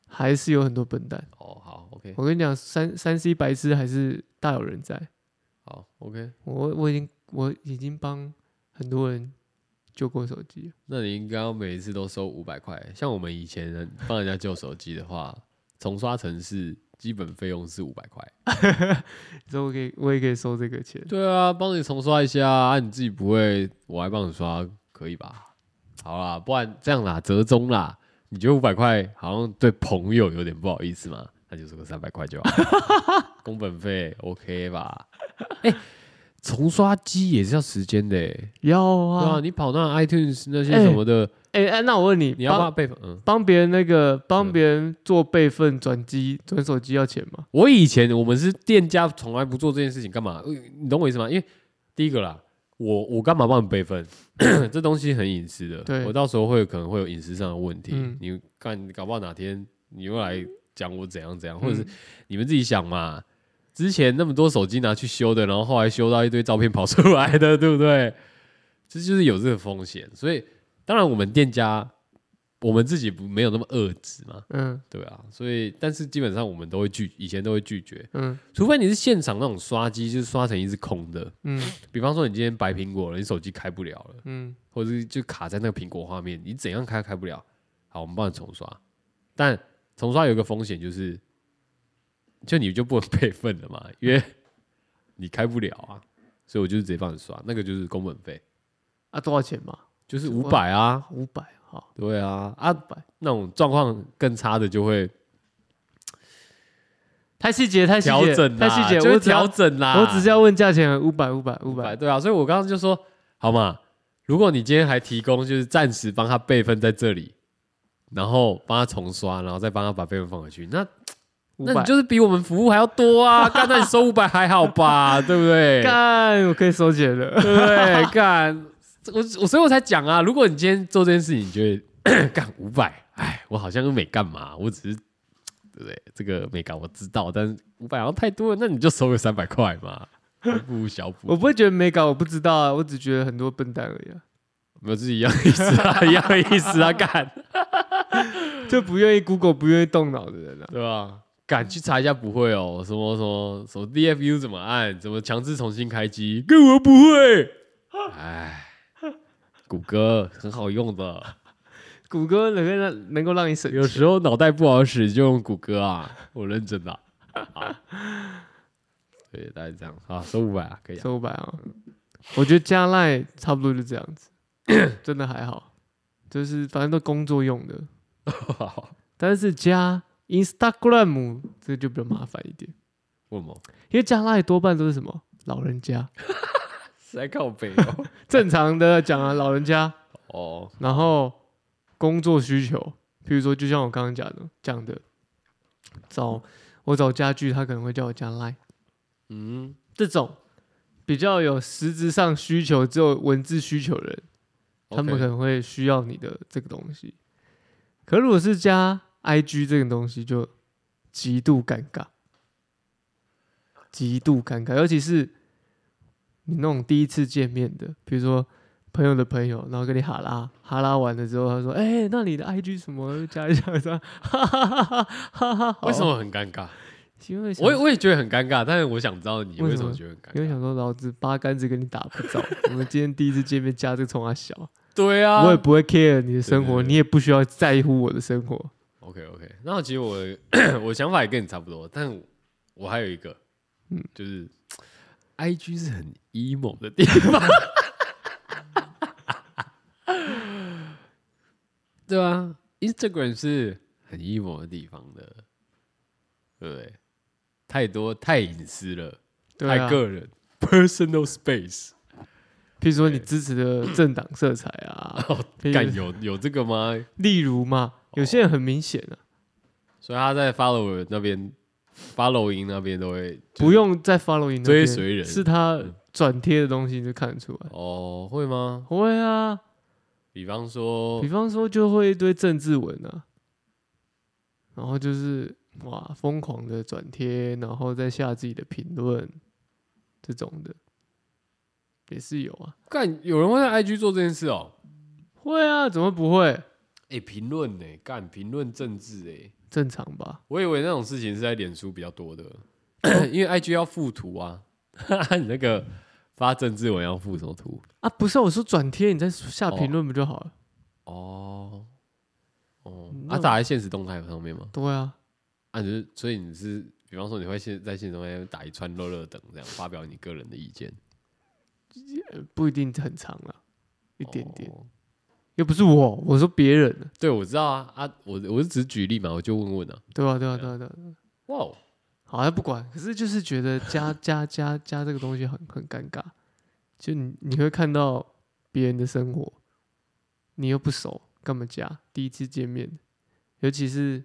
S2: 还是有很多笨蛋。
S1: 哦，好，OK，
S2: 我跟你讲，三三 C 白痴还是大有人在。
S1: 好，OK，
S2: 我我已经我已经帮很多人救过手机了。
S1: 那你应该要每一次都收五百块。像我们以前人帮人家旧手机的话，重刷城市基本费用是五百块。
S2: 之后我可以我也可以收这个钱。
S1: 对啊，帮你重刷一下啊，你自己不会，我还帮你刷，可以吧？好啦，不然这样啦，折中啦。你觉得五百块好像对朋友有点不好意思嘛？那就收个三百块就好， 工本费 OK 吧？哎、重刷机也是要时间的、欸，
S2: 要
S1: 对啊，
S2: 啊，
S1: 你跑那 iTunes 那些什么的，
S2: 哎哎、那我问你，
S1: 你要
S2: 帮
S1: 帮备份。嗯，
S2: 帮别人那个帮
S1: 嗯
S2: 别人做备份转机转手机要钱吗？
S1: 我以前我们是店家，从来不做这件事情，干嘛？呃你懂我意思吗？因为第一个啦，我我干嘛帮你备份？ 这东西很隐私的，
S2: 对
S1: 我到时候会可能会有隐私上的问题。
S2: 嗯
S1: 你干，搞不好哪天你又来讲我怎样怎样，或者是
S2: 嗯
S1: 你们自己想嘛。之前那么多手机拿去修的，然后后来修到一堆照片跑出来的，对不对？这就是有这个风险，所以当然我们店家我们自己不没有那么恶质嘛，
S2: 嗯
S1: 对啊，所以但是基本上我们都会拒，以前都会拒绝，
S2: 嗯
S1: 除非你是现场那种刷机，就是刷成一只空的。
S2: 嗯
S1: 比方说你今天白苹果了，你手机开不了了，
S2: 嗯，
S1: 或者是就卡在那个苹果画面，你怎样开都开不了。好，我们帮你重刷，但重刷有一个风险就是，就你就不能备份了嘛， 因为你开不了啊，所以我就是直接帮你刷，那个就是工本费，
S2: 啊多少钱嘛？
S1: 就是五百啊，
S2: 五百好，
S1: 对啊，
S2: 八
S1: 啊
S2: 百。
S1: 那种状况更差的就会
S2: 太细节太细
S1: 调
S2: 节，
S1: 整啦，
S2: 太细节，
S1: 就
S2: 我
S1: 会
S2: 只要
S1: 调整啊啦，
S2: 我只是要问价钱，五百五百五
S1: 五百，
S2: 百，
S1: 对啊，所以我刚刚就说，好嘛，如果你今天还提供就是暂时帮他备份在这里，然后帮他重刷，然后再帮他把备份放回去，那
S2: 五
S1: 那
S2: 百
S1: 你。就是比我们服务还要多啊！干，那你收五百还好吧，对不对？
S2: 干，我可以收钱了。
S1: 对不对？干， 我我所以我才讲啊，如果你今天做这件事情，你觉得 干五百，哎，我好像又没干嘛，我只是对不对？这个没干我知道，但是五百好像太多了，那你就收个三百块嘛，小补小补，
S2: 我不会觉得没搞，我不知道啊，我只觉得很多笨蛋而已、啊，
S1: 没有是一样的意思啊，一样的意思啊， 干，
S2: 就不愿意 Google、不愿意动脑的人啊。
S1: 对吧？敢去查一下不会哦，什么什么什么 DFU 怎么按，怎么强制重新开机，跟我不会，哎，谷歌很好用的。
S2: 谷歌能够让能够让你省
S1: 有时候脑袋不好使就用谷歌 啊，我认真的、啊。好对，大概这样啊，收五百啊，可以、啊。
S2: 收五百啊。我觉得加赖差不多就这样子， 真的还好，就是反正都工作用的。
S1: 好，
S2: 但是加 Instagram 这个就比较麻烦一点，
S1: 为什么？
S2: 因为加赖多半都是什么老人家，
S1: 是在靠北哦。
S2: 正常的讲啊，老人家，
S1: 哦，
S2: 然后工作需求，譬如说就像我刚刚讲的讲的，找我找家具，他可能会叫我加赖。
S1: 嗯，
S2: 这种比较有实质上需求、只有文字需求的人，他们
S1: OK
S2: 可能会需要你的这个东西。可如果是加 IG 这个东西，就极度尴尬，极度尴尬，尤其是你那种第一次见面的，比如说朋友的朋友，然后跟你哈拉哈拉完了之后，他说：“哎、那你的 IG 什么加一下？”这样，哈哈哈哈哈哈哈。
S1: 为什？么很尴尬？
S2: 因为想
S1: 我也我也觉得很尴尬，但是我想知道你为
S2: 为什
S1: 什
S2: 么
S1: 么觉得很尴
S2: 因为
S1: 尬。
S2: 想说老子八竿子跟你打不着，我们今天第一次见面加这个冲他小，
S1: 对啊，
S2: 我也不会 care 你的生活，
S1: 对对对
S2: 你也不需要在乎我的生活。
S1: OK OK，那其实我 我想法也跟你差不多，但我我还有一个，嗯
S2: 嗯，
S1: 就是 IG 是很 emo 的地方，对啊，Instagram 是很 emo 的地方的，对不对？太多太隐私了，
S2: 对
S1: 太
S2: 啊，
S1: 个人，personal space。
S2: 譬如说你支持的政党色彩啊，譬如
S1: 敢有有这个吗？
S2: 例如嘛，有些
S1: 哦
S2: 人很明显啊，
S1: 所以他在 follow 那边，follow 音那边都会
S2: 不用再 follow 你那边
S1: 追随人
S2: 是他
S1: 嗯
S2: 转贴的东西你就看得出来。
S1: 哦，会吗？
S2: 会啊，
S1: 比方说
S2: 比，方说就会一堆政治文啊，然后就是哇疯狂的转贴，然后再下自己的评论，这种的也是有啊。
S1: 干有人会在 IG 做这件事哦、
S2: 会啊，怎么不会？
S1: 哎、评论呢？干评论政治哎、
S2: 正常吧？
S1: 我以为那种事情是在脸书比较多的， 因为 IG 要附图啊， 你那个发政治文要附什么图？
S2: 啊，不是啊、我说转贴，你再下评论不就好了？
S1: 哦哦，
S2: 嗯那
S1: 啊，打在现实动态上面吗？
S2: 对啊，
S1: 啊，你是所以你是，比方说你会现在现实动态打一串热热等这样发表你个人的意见，
S2: 呃不一定很长啊，一点点，
S1: 哦
S2: 又不是我，我说别人啊，
S1: 对，我知道啊啊，我我是只举例嘛，我就问问啊。
S2: 对吧、对吧、对吧、对吧、啊
S1: 哇哦，
S2: 好像不管，可是就是觉得加 加加加这个东西很很尴尬，就你你会看到别人的生活，你又不熟，干嘛加？第一次见面，尤其是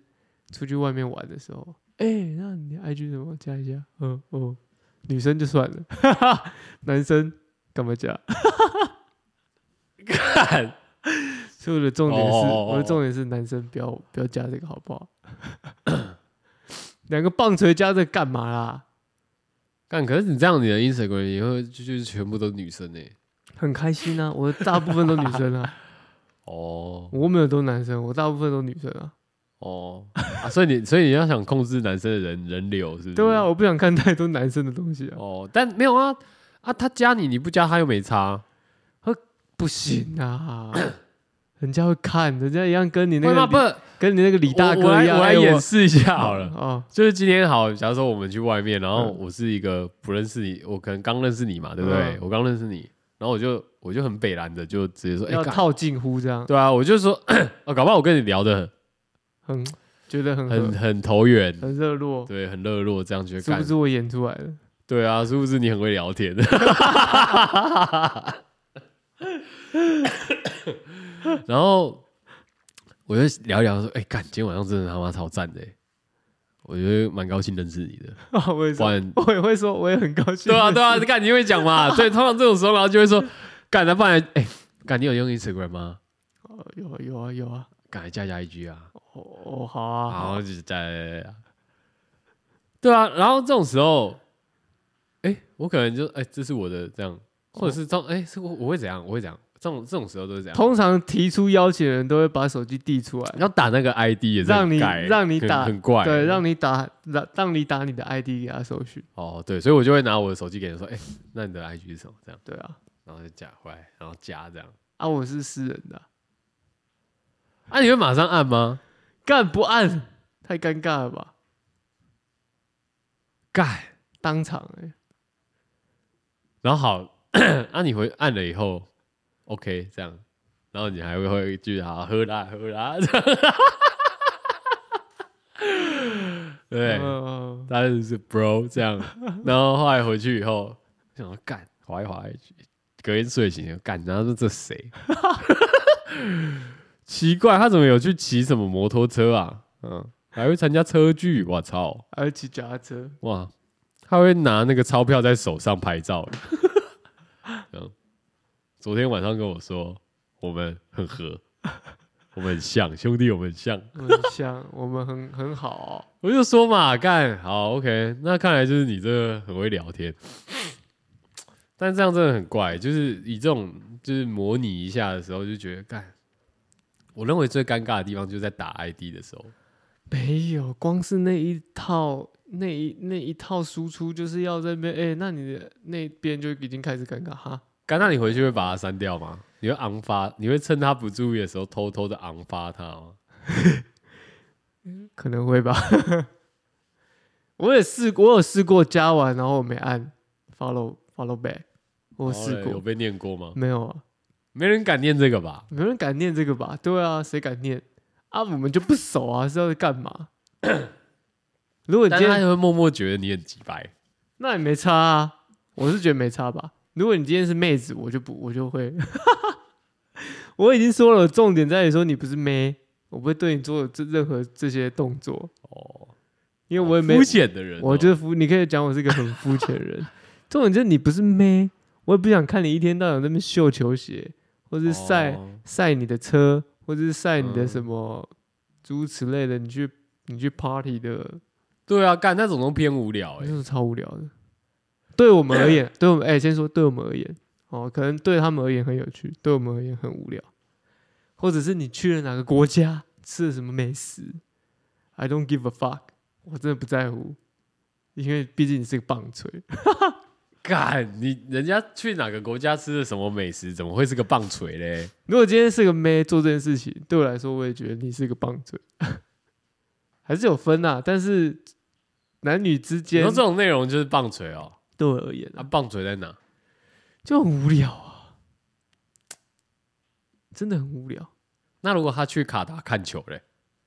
S2: 出去外面玩的时候，哎、那你的 IG 怎么加一下？嗯哦，女生就算了， 哈哈，男生干嘛加？
S1: 干
S2: 所以我的重点是
S1: 哦哦哦哦
S2: 我的重点是男生不要不要加这个好不好？两个棒槌加这个干嘛啦？
S1: 干，可是你这样，你的 Instagram 以后就就是全部都是女生呢、欸
S2: 很开心啊，我的大部分都女生 啊。
S1: 哦
S2: 我没有都男生，我大部分都女生啊。
S1: 哦、啊，所以你所以你要想控制男生的人人流，是不是？
S2: 对啊，。我不想看太多男生的东西啊，
S1: 哦，但没有啊啊，他加你，你不加他又没差，
S2: 不行啊，人家会看，人家一样跟你那
S1: 会吗？
S2: 个
S1: 不
S2: 李，跟你那个李大哥一样，
S1: 我来我
S2: 哎
S1: 来
S2: 我
S1: 演示一下好了。
S2: 哦，
S1: 就是今天好，假如说我们去外面，然后
S2: 嗯
S1: 我是一个不认识你，我可能刚认识你嘛，对不对？
S2: 嗯
S1: 我刚认识你，然后我就我就很北蓝的，就直接说，哎、
S2: 要
S1: 干
S2: 套近乎这样，
S1: 对啊，我就说， 哦，搞不好我跟你聊的
S2: 很觉得很
S1: 很
S2: 很
S1: 很投缘，
S2: 很热络，
S1: 对，很热络，这样觉得
S2: 是
S1: 干
S2: 不是我演出来 的？
S1: 对啊，是不是你很会聊天？ 然后我就聊一聊说，哎、干，今天晚上真的他妈超赞的欸，我觉得蛮高兴认识你的。
S2: 啊，我也
S1: 不
S2: 说，
S1: 然，
S2: 我也会说，我也很高兴。
S1: 对啊，对啊，干你会讲嘛？所以通常这种时候，然后就会说，干那不然，哎、干你有用 Instagram 吗？
S2: 哦，有啊有啊有啊，
S1: 赶来加加 IG 啊，
S2: 哦哦好啊，
S1: 然
S2: 好啊
S1: 后就是在，对啊，然后这种时候，哎、我可能就哎、这是我的这样，或者是这种，哎、是我我会怎样？我会怎样？这种这种时候都是这样。
S2: 通常提出邀请的人都会把手机递出来，
S1: 要打那个 ID 也是很
S2: 让你
S1: 盖
S2: 让你
S1: 很
S2: 打
S1: 很怪，
S2: 对，让你打让让你打你的 ID 给他搜寻，
S1: 哦对，所以我就会拿我的手机给人说，哎、那你的 IG 是什么？这样，
S2: 对啊，
S1: 然后就加回来，然后加这样。
S2: 啊我是私人的啊、
S1: 啊，你会马上按吗？
S2: 干不按太尴尬了吧，
S1: 盖，
S2: 当场哎、
S1: 然后好，啊你回按了以后，OK 这样，然后你还会会一句好喝啦喝啦，对，
S2: 嗯
S1: 当然是 bro 这 样，然后后来回去以后，想说干滑一滑一句，隔天睡醒就干，然后说这谁？ 奇怪，他怎么有去骑什么摩托车啊？嗯，还会参加车聚，我操，
S2: 还会骑脚踏车，
S1: 哇，他会拿那个钞票在手上拍照。 嗯，昨天晚上跟我说我们很合，我们很像兄弟，我们很像。
S2: 很像我们很很好哦、
S1: 我就说嘛，干好 OK，那看来就是你这个很会聊天，但这样真的很怪，就是以这种就是模拟一下的时候，就觉得干，我认为最尴尬的地方就是在打 ID 的时候，
S2: 没有，光是那一套那一那一套输出就是要在那边，哎、那你的那边就已经开始尴尬哈。
S1: 干，那你回去会把它删掉吗？你会昂发，你会趁他不注意的时候偷偷的昂发他吗？
S2: 可能会吧。 我也试，过，我有试过加完，然后我没按 follow follow back，我试
S1: 然后哦嘞有
S2: 过，
S1: 被念过吗？
S2: 没有啊，
S1: 没人敢念这个吧？
S2: 没人敢念这个吧？对啊，谁敢念啊？我们就不熟啊，是要干嘛？ 如果你
S1: 但是
S2: 今
S1: 他
S2: 天
S1: 就会默默觉得你很鸡掰。
S2: 那也没差啊，我是觉得没差吧。如果你今天是妹子，我就不，我就会， 我已经说了，重点在于说你不是妹，我不会对你做这任何这些动作，
S1: 哦，
S2: 因为我也没
S1: 肤浅的人哦、
S2: 我就是肤，你可以讲我是一个很肤浅 的人。重点就是你不是妹，我也不想看你一天到晚在那边秀球鞋，或是晒、
S1: 哦
S2: 晒你的车，或是晒你的
S1: 嗯
S2: 什么诸如此类的。你去你去 party 的，
S1: 对啊，干那种都偏无聊哎、
S2: 那种超无聊的。对我们 而言，对我们哎、先说对我们而言，哦，可能对他们而言很有趣，对我们而言很无聊，或者是你去了哪个国家，吃了什么美食，I don't give a fuck，我真的不在乎，因为毕竟你是个棒槌。
S1: 干，你人家去哪个国家吃的什么美食，怎么会是个棒槌嘞？
S2: 如果今天是个妹做这件事情，对我来说，我也觉得你是个棒槌， 还是有分呐、但是男女之
S1: 然
S2: 间
S1: 后这种内容就是棒槌哦。
S2: 对我而言
S1: 啊，
S2: 啊，
S1: 棒槌在哪？
S2: 就很无聊啊，真的很无聊。
S1: 那如果他去卡达看球嘞，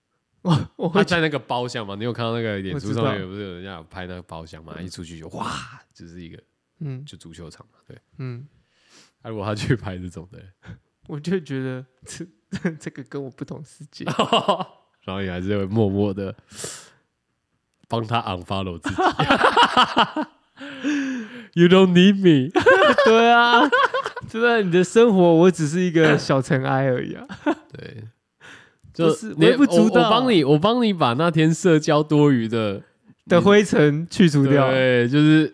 S2: 我我
S1: 他
S2: 会
S1: 在那个包厢嘛？你有看到那个脸
S2: 我
S1: 书
S2: 知
S1: 上面
S2: 道
S1: 有不是有人家有拍那个包厢嘛？一出去就哇，就是一个
S2: 嗯
S1: 就足球场嘛。对，
S2: 嗯，
S1: 那、如果他去拍这种的嘞，
S2: 我就觉得 这这个跟我不同世界，
S1: 然后你还是会默默的帮他 unfollow 自己。you don't need me。
S2: 对啊，就在你的生活，我只是一 个小尘埃而已啊。
S1: 嗯对，
S2: 不
S1: 就是你
S2: 微不足
S1: 我
S2: 道
S1: 帮你，我帮你把那天社交多余的
S2: 的灰尘去除掉，
S1: 对，就是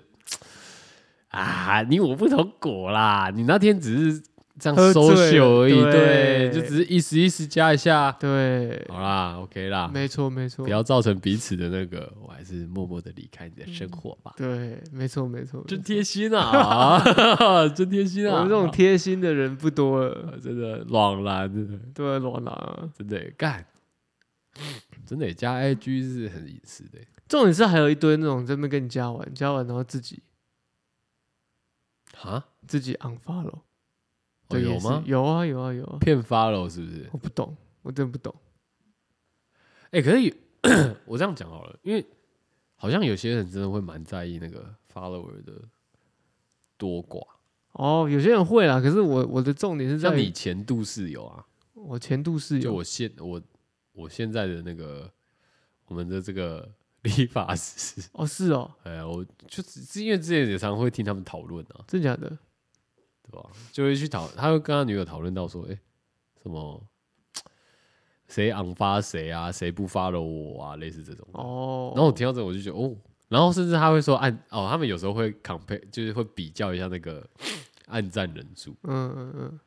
S1: 啊，你我不同果啦，你那天只是这样
S2: 喝醉
S1: 收
S2: 了
S1: 秀而已，对，
S2: 对
S1: 就只是意思意思加一下，
S2: 对，
S1: 好啦，OK 啦，
S2: 没错没错
S1: 啊不，要造成彼此的那个，我还是默默的离开你的生活吧，
S2: 对，没错没错，
S1: 真贴心 啊， 真贴心
S2: 嗯我
S1: 啊，
S2: 们这种贴心的人不多了，
S1: 啊真的朗然，真的
S2: 对，暖男啊。
S1: 真的干，真的加 IG 是很隐私的。
S2: 重点是还有一堆那种在那边跟你加完，加完然后自己
S1: 啊？
S2: 自己 unfollow，
S1: 哦、
S2: 对，
S1: 有
S2: 也是
S1: 吗？
S2: 有啊有啊有啊，
S1: 骗 follow 是不是？
S2: 我不懂，我真的不懂。
S1: 哎、可是 有我这样讲好了，因为好像有些人真的会蛮在意那个 follower 的多寡，
S2: 哦，有些人会啦，可是我我的重点是在
S1: 像
S2: 于
S1: 你前度室友啊，
S2: 我前度室
S1: 就
S2: 友，
S1: 我现我我现在的那个我们的这个 理发师。
S2: 哦，是哦，
S1: 哎呀，我就是是因为之前也常会听他们讨论啊，
S2: 真假的？
S1: 对吧？就会去讨，他会跟他女友讨论到说，哎、什么谁昂发谁啊，谁不发了我啊，类似这种。
S2: 哦，
S1: 然后我听到这个我就觉得哦，然后甚至他会说按哦，他们有时候会 compare，就是会比较一下那个 按赞人数，
S2: 嗯嗯嗯，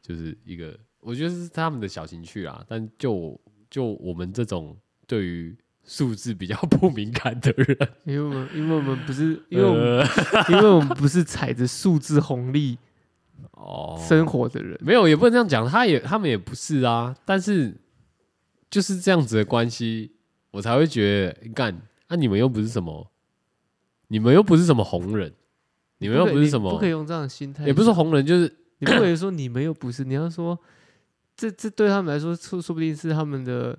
S1: 就是一个我觉得是他们的小情趣啊。但就我就我们这种对于数字比较 不敏感的人，
S2: 因为我们因为我们 不是因为我们、
S1: 呃
S2: 因为我们不是踩着数字红利
S1: 哦，
S2: 生活的人，
S1: 没有也不能这样讲，他也他们也不是啊，但是就是这样子的关系，我才会觉得干，那、你们又不是什么，你们又不是什么红人，你们又
S2: 可以
S1: 不是什
S2: 不
S1: 么
S2: 可以，用这样的心态，
S1: 也不是说红人，就是
S2: 你不可以说你们又不是，你要说这这对他们来说，说说不定是他们的，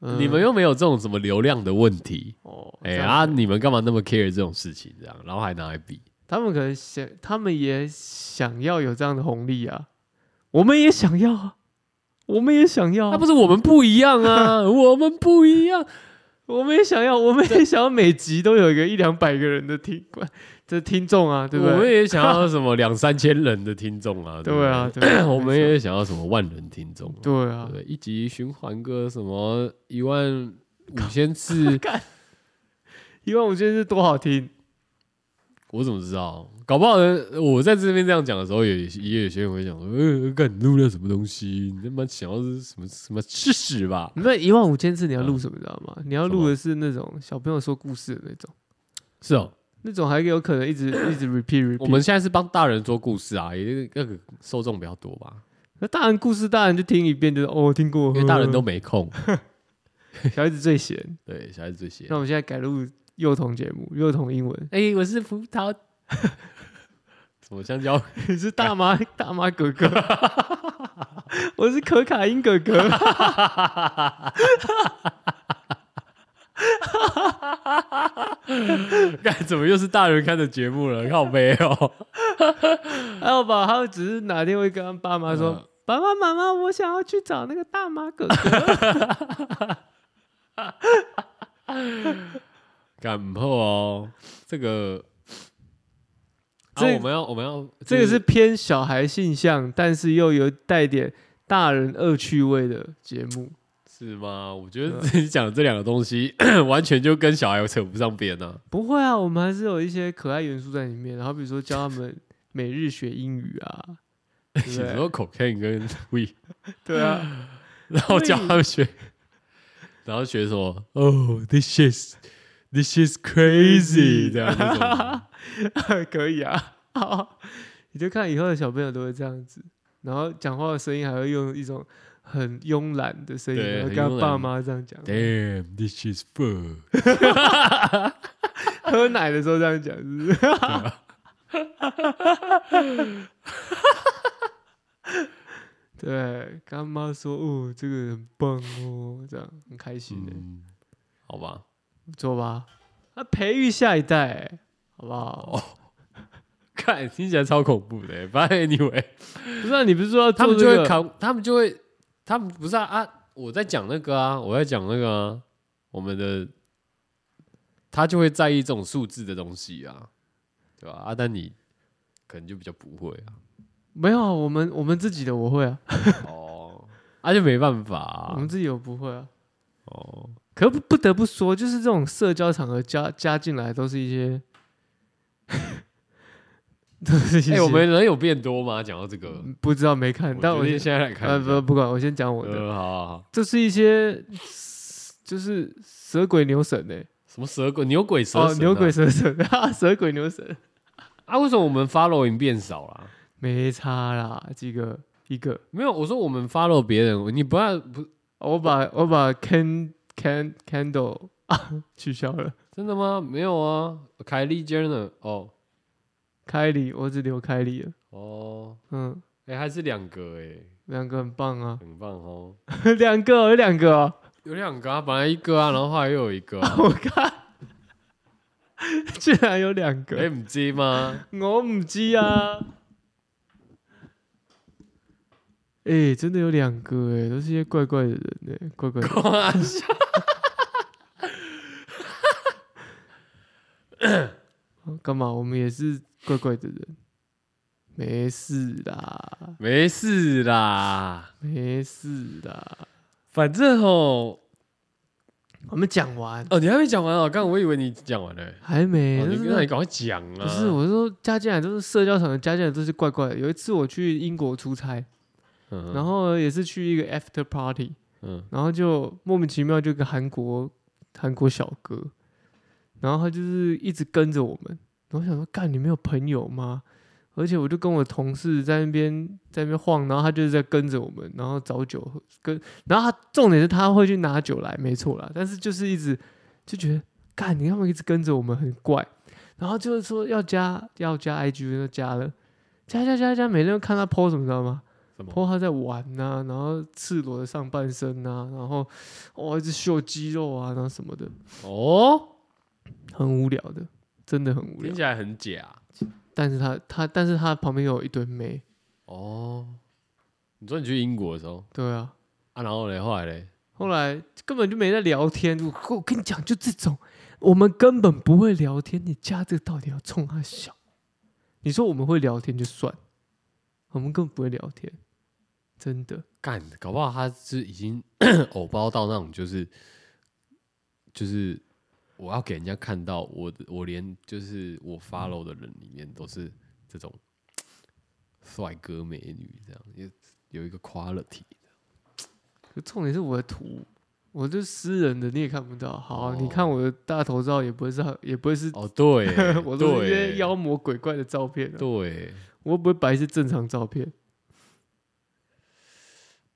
S2: 呃、
S1: 你们又没有这种什么流量的问题，
S2: 哦，
S1: 哎、
S2: 这样
S1: 嗯啊，
S2: 子
S1: 你们干嘛那么 care 这种事情？这样，然后还拿来比，
S2: 他们可能想，他们也想要有这样的红利啊，我们也想要啊，我们也想要、
S1: 那、
S2: 啊，
S1: 不是我们不一样 啊，我们不一样。
S2: 我们也想要，我们也想要每集都有一个一两百个人的听观的听众啊，对不
S1: 我们
S2: 对？
S1: 也想要什么两三千人的听众 啊，
S2: 对
S1: 不
S2: 啊，对 啊
S1: 我们也想要什么万人听众、啊，
S2: 对 啊，，
S1: 对，一集循环个什么一万五千次
S2: 一万五千是多好听，
S1: 我怎么知道？搞不好人我在这边这样讲的时候，也也有些人会想说，呃，干你录了什么东西？你他妈想要是什么什么吃屎吧？
S2: 那一万五千次你要录什么，你知道吗？你要录的是那种小朋友说故事的那种。
S1: 是哦，
S2: 那种还有可能 一直一直 repeat repeat。
S1: 我们现在是帮大人说故事啊，也那个受众比较多吧，
S2: 那大人故事，大人就听一遍，就是哦听过，
S1: 因为大人都
S2: 呵
S1: 没 空，
S2: 呵小孩子最闲。
S1: 对，小孩子最闲
S2: 那。我们现在改录幼童节目，幼童英 文。
S1: 哎、我是葡萄，什么香蕉？
S2: 你是大妈大妈哥 哥，我是可卡因哥 哥。
S1: 干怎么又是大人看的节目 了？靠背哦，
S2: 还有吧，还有只是哪天会跟他爸妈说
S1: 嗯，啊
S2: 爸爸妈妈，我想要去找那个大妈哥 哥。
S1: 干不好哦，这个。啊，
S2: 这
S1: 我们要，我们要，
S2: 这个
S1: 就是
S2: 偏小孩性向，但是又有带点大人恶趣味的节目。
S1: 是吗？我觉得自己讲这两个东 西，完全就跟小孩扯不上边呢、
S2: 不会啊，我们还是有一些可爱元素在里面。然后比如说教他们每日学英语 啊，
S1: 啊。
S2: 对不
S1: 有
S2: 对
S1: 时候 cocaine 跟 we，
S2: 对啊，
S1: 然后教他们学，然后学什么？哦、t h i s is this is crazy，这样那种
S2: 可以啊。 好，你就看以后的小朋友都会这样子，然后讲话的声音还会用一种很慵懒的声音，
S1: 对
S2: 然后跟
S1: 很慵懒
S2: 他爸妈这样讲，
S1: Damn, this is fun。
S2: 喝奶的时候这样讲，是不是？
S1: 啊
S2: 对，干妈说哦，这个很棒哦，这样很开心的。
S1: 嗯，好吧，哦
S2: 不错吧？啊，培育下一代、好不好？
S1: 看听起来超恐怖的。反正 anyway，
S2: 不是、啊、你不是说 要
S1: 他
S2: 做
S1: 们就
S2: 这
S1: 会
S2: 个？
S1: 考，他们就会，他们不是啊啊！我在讲那个啊，我在讲那个啊，我们的他就会在意这种数字的东西啊，对吧？啊，但你可能就比较不会啊，
S2: 没有啊，我们我们自己的我会啊，
S1: 哦，啊就没办法、
S2: 我
S1: 啊
S2: 们，自己有不会啊。
S1: 哦，
S2: 可不不得不说，就是这种社交场合加加进来，都是一些， 都是一些。
S1: 哎、我们人有变多吗？讲到这个，
S2: 嗯不知道没看，但
S1: 我
S2: 我
S1: 决定现
S2: 先
S1: 在来看
S2: 呃
S1: 一下，
S2: 不不管，我先讲我的，
S1: 呃，好好好，
S2: 这是一些就是蛇鬼牛神呢、
S1: 什么蛇鬼、牛鬼蛇神、啊
S2: 哦，牛鬼蛇神， 哈哈蛇鬼牛神，
S1: 啊？为什么我们 following 变少了、
S2: 没差啦，几个一个。
S1: 没有，我说我们 follow 别人，你不要不
S2: 我把我把 can can candle 啊 取消了，
S1: 真的吗？没有啊，凯莉 Jenner 哦
S2: 凯里我只留凯里了，
S1: 哦，
S2: 嗯，
S1: 哎、还是两个哎、，
S2: 两个很棒啊
S1: 很棒哦，
S2: 两个有两个、哦，，
S1: 有两个啊，本来一个啊，然后后来又有一个、啊
S2: 我看 居然有两
S1: 哎、
S2: 个，
S1: 你知吗？
S2: 我唔知啊，哎、真 的有两个哎、都是一些怪怪的人哎、怪怪的，
S1: 开玩笑
S2: 干嘛？我们也是怪怪的人，没事啦，
S1: 没事啦，
S2: 没事啦，
S1: 反正哦，
S2: 我们讲完
S1: 哦，你还没讲完哦，刚刚我以为你讲完了、
S2: 还没？
S1: 哦
S2: 但
S1: 你
S2: 是
S1: 那你赶快讲啊！
S2: 哎不是，我是说加进来都是社交场合，加进来都是怪怪的。有一次我去英国出差，
S1: 嗯，
S2: 然后也是去一个 after party，
S1: 嗯
S2: 然后就莫名其妙就一个韩国韩国小哥，然后他就是一直跟着我们，然后我想说干你没有朋友吗？而且我就跟我同事在那边在那边晃，然后他就是在跟着我们，然后找酒喝，跟，然后他重点是他会去拿酒来，没错啦，但是就是一直就觉得干你他们一直跟着我们很怪，然后就是说要加要加 IG 就加了，加加加加，每天都看他 PO 什么，你知道吗？
S1: 什么？
S2: 泼他在玩呐、然后赤裸的上半身呐、然后哦哇一直秀肌肉啊，然后什么的，
S1: 哦，
S2: 很无聊的，真的很无聊
S1: 听。起来很假
S2: 但是他他但是他旁边有一堆妹，
S1: 哦。你说你去英国的时候
S2: 对啊，
S1: 啊，然后嘞，后来嘞，
S2: 后来根本就没在聊天。我我跟你讲，就这种，我们根本不会聊天。你加这个到底要冲他笑？你说我们会聊天就算，我们根本不会聊天，真的。
S1: 干，搞不好他是已经 偶包到那种，就是就是我要给人家看到我的，我连就是我 follow 的人里面都是这种帅哥美女这样，也有一个 quality。
S2: 可重点是我的图，我就私人的，你也看不到。好啊、你
S1: 哦
S2: 看我的大头照，也不会是好，也不会是，，
S1: 哦，对
S2: 我都是一些
S1: 对，
S2: 妖魔鬼怪的照片、啊，
S1: 对，
S2: 我又不会摆一些正常照片。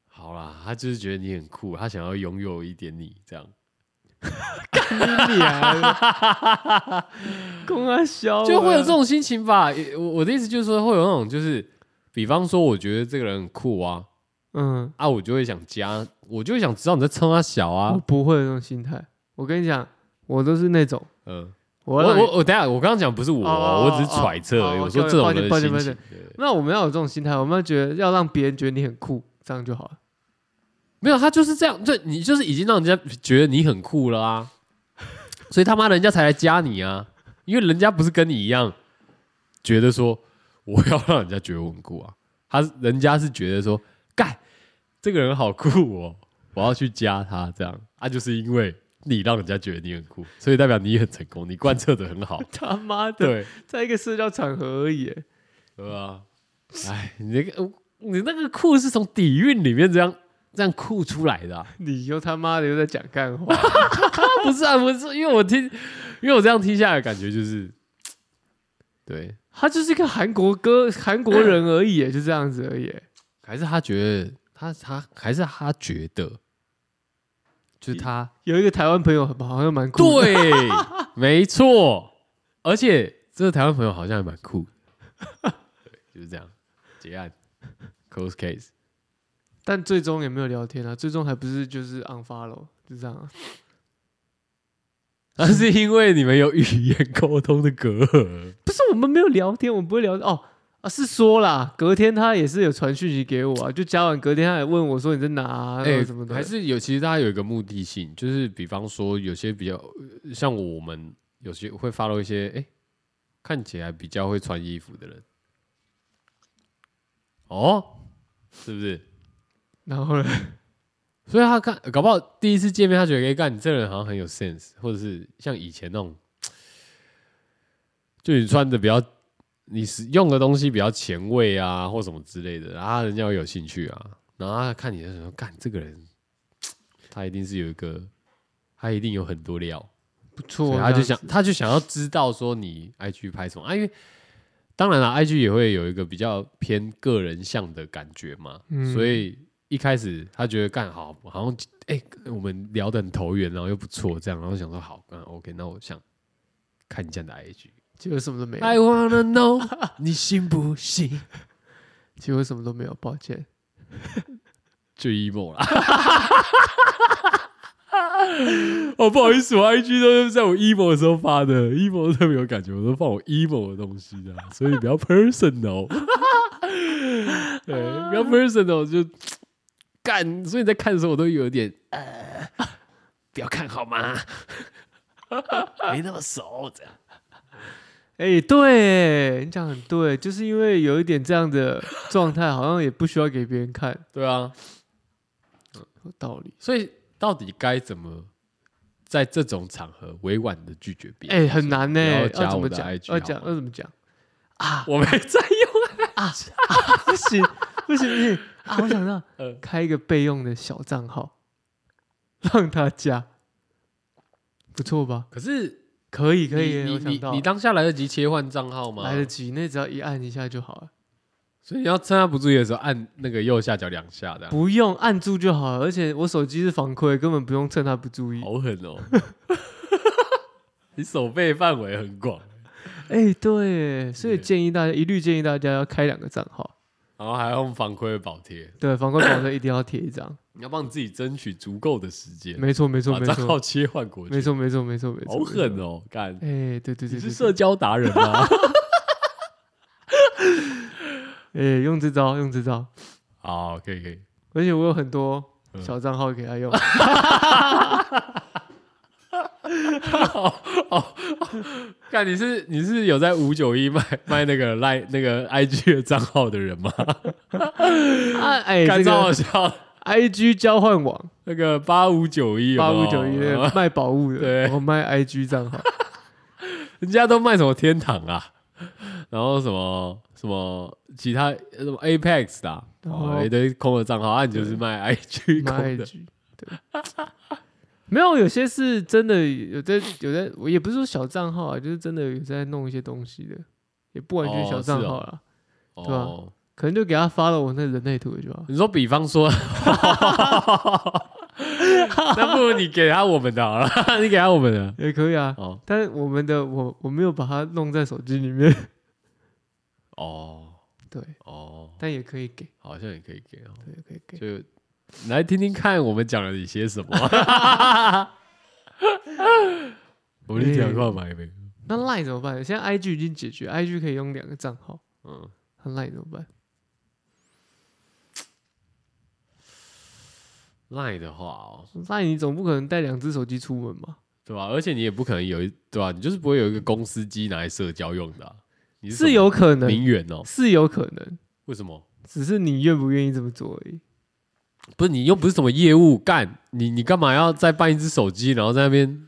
S1: 好啦，他就是觉得你很酷，他想要拥有一点你这样，
S2: 你啊，公安小
S1: 就会有这种心情吧。也我我的意思就是说，会有那种就是，比方说，我觉得这个人很酷啊，
S2: 嗯，
S1: 啊，我就会想加，我就会想知道你在冲他小
S2: 我
S1: 啊。
S2: 不会有这种心态。我跟你讲，我都是那种，
S1: 嗯，
S2: 我
S1: 我
S2: 要让你
S1: 我我等一下，我刚刚讲不是我，
S2: 哦哦哦
S1: 我只是揣测而已。
S2: 哦哦
S1: 我说这种
S2: 抱
S1: 人
S2: 歉
S1: 的
S2: 抱歉
S1: 心
S2: 抱
S1: 情
S2: 歉，
S1: 对
S2: 那我们要有这种心态，我们要觉得要让别人觉得你很酷，这样就好了。，
S1: 没有，他就是这样，对你就是已经让人家觉得你很酷了啊，所以他妈人家才来加你啊，因为人家不是跟你一样觉得说我要让人家觉得我很酷啊，他是人家是觉得说干这个人好酷哦，我要去加他这样啊，就是因为你让人家觉得你很酷，所以代表你很成功，你贯彻的很好
S2: 他 妈的，
S1: 对
S2: 在一个社交场合而已，
S1: 对啊，哎，你那个你那个酷是从底蕴里面这样这样酷出来的啊、
S2: 你又他妈的又在讲干话。
S1: 不是啊，不是，因为我听，因为我这样听下来，感觉就是，对，
S2: 他就是一个韩国歌韩国人而已耶，就这样子而 已耶。
S1: 还是他觉得他他还是他觉得，就是他
S2: 有一个台湾朋友好像蛮酷的，
S1: 对， 没错，而且这个台湾朋友好像还蛮酷的，对，就是这样，结案，close case，
S2: 但最终也没有聊天啊，最终还不是就是 unfollow，就这样、啊。
S1: 那是因为你们有语言沟通的隔阂，
S2: 不是我们没有聊天，我们不会聊哦啊，是说啦，隔天他也是有传讯息给我啊，就加完隔天他也问我说你在哪、啊，然后什么的，
S1: 哎还是有，其实大家有一个目的性，就是比方说有些比较呃像我们有些会发到一些哎、诶看起来比较会穿衣服的人，哦，是不是？
S2: 然后呢，
S1: 所以他看，搞不好第一次见面，他觉得哎，干你这个人好像很有 sense，或者是像以前那种，就你穿的比较，你使用的东西比较前卫啊，或什么之类的，然后人家会有兴趣啊，然后他看你的时候，干这个人，他一定是有一个，他一定有很多料，
S2: 不
S1: 所
S2: 错，
S1: 以他就
S2: 这
S1: 想
S2: 样子，
S1: 他就想要知道说你 IG 拍什么啊，因为当然啦，IG 也会有一个比较偏个人向的感觉嘛，
S2: 嗯
S1: 所以一开始他觉得干好，好像哎、我们聊得很投缘，然后又不错，这样，然后想说好，那 OK，那我想看一下你的 IG。
S2: 结果什么都没
S1: I
S2: 有，
S1: wanna know，你 信不信？
S2: 结果什么都没有，抱歉。
S1: 最 emo 啦！哦，不好意思，我 IG 都是在我 emo 的时候发的，emo 特别有感觉，我都放我 emo 的东西的，所以比较 personal。对，比
S2: 嗯
S1: 较 personal 就干，所以你在看的时候我都有点呃，不要看好吗？没那么熟，这样。
S2: 哎、对，你讲得很对，就是因为有一点这样的状态，好像也不需要给别人看，
S1: 对啊，
S2: 有道理。
S1: 所以到底该怎么在这种场合委婉的拒绝别人？
S2: 哎、很难呢、
S1: 要加
S2: 要怎
S1: 我
S2: 么
S1: 的
S2: 讲？
S1: IG
S2: 要讲
S1: 好吗
S2: 要怎么讲啊？
S1: 我没在用，
S2: 不行，不行，不行啊！我想到
S1: 呃
S2: 开一个备用的小账号，让他加，不错吧？
S1: 可是
S2: 可以，可
S1: 你
S2: 以，
S1: 你
S2: 我想
S1: 你
S2: 到
S1: 你当下来得及切换账号吗？
S2: 来得及，那只要一按一下就好了，
S1: 所以你要趁他不注意的时候按那个右下角两下，这样
S2: 不用按住就好了。而且我手机是防窥，根本不用趁他不注意。
S1: 好狠哦！ 你手背范围很广，
S2: 哎、对，所以
S1: 对
S2: 建议大家一律建议大家要开两个账号，
S1: 然后还要用防窥的保贴，
S2: 对，防窥保证一定要贴一张。
S1: 你要帮你自己争取足够的时间，
S2: 没错，没错，
S1: 把
S2: 没
S1: 账号
S2: 错，
S1: 切换过去，
S2: 没错，没错，没错，没错。
S1: 好狠哦！干，
S2: 哎、对对
S1: 你
S2: 对
S1: 是
S2: 对
S1: 社
S2: 对，
S1: 交达人啊 吗？
S2: 哎、用这招，用这招，
S1: 好，可以可以，
S2: 而且我有很多
S1: 嗯
S2: 小账号给他用，
S1: 干，你是你是有在五九一卖卖那个赖那个 IG 的账号的人吗？
S2: 啊哎、
S1: 干，
S2: 这
S1: 超好
S2: 个
S1: 笑，
S2: IG 交换网
S1: 那个八五九一，
S2: 八五九一那个卖宝物的，
S1: 哦对
S2: 我卖 IG 账号，
S1: 人家都卖什么天堂啊，然后什么什么其他呃什么 Apex 的、啊，
S2: 然
S1: 哦
S2: 后
S1: 一堆空的账号，啊，你就是卖 IG
S2: 卖
S1: 空的，
S2: IG，对，没有有些是真的有在有在，我也不是说小账号啊，就是真的有在弄一些东西的，也不完全
S1: 哦
S2: 小
S1: 是
S2: 账
S1: 哦
S2: 号啦，对啊
S1: 哦，
S2: 可能就给他发了我那人类图就好。
S1: 你说比方说，那不如你给他我们的好了， 你给他我们的
S2: 也可以啊，
S1: 哦
S2: 但是我们的我我没有把它弄在手机里面，
S1: 哦
S2: 对，
S1: 哦，
S2: 但也可以给，
S1: 好像也可以给哦，
S2: 对，可以给。
S1: 就你来听听看我们讲了你些什 么。我跟你讲话买没？
S2: 那 Line 怎么办？现在 IG 已经解决，IG 可以用两个账号，
S1: 嗯，
S2: 那 Line 怎么办？
S1: 赖的话哦。
S2: 那你总不可能带两只手机出门嘛？
S1: 对吧、而且你也不可能有一对吧、你就是不会有一个公司机拿来社交用的啊、你
S2: 是有可
S1: 什么名
S2: 能，
S1: 媛哦？
S2: 是有可能，
S1: 为什么？
S2: 只是你愿不愿意这么做而已。
S1: 不是你又不是什么业务干，你你干嘛要再办一只手机，然后在那边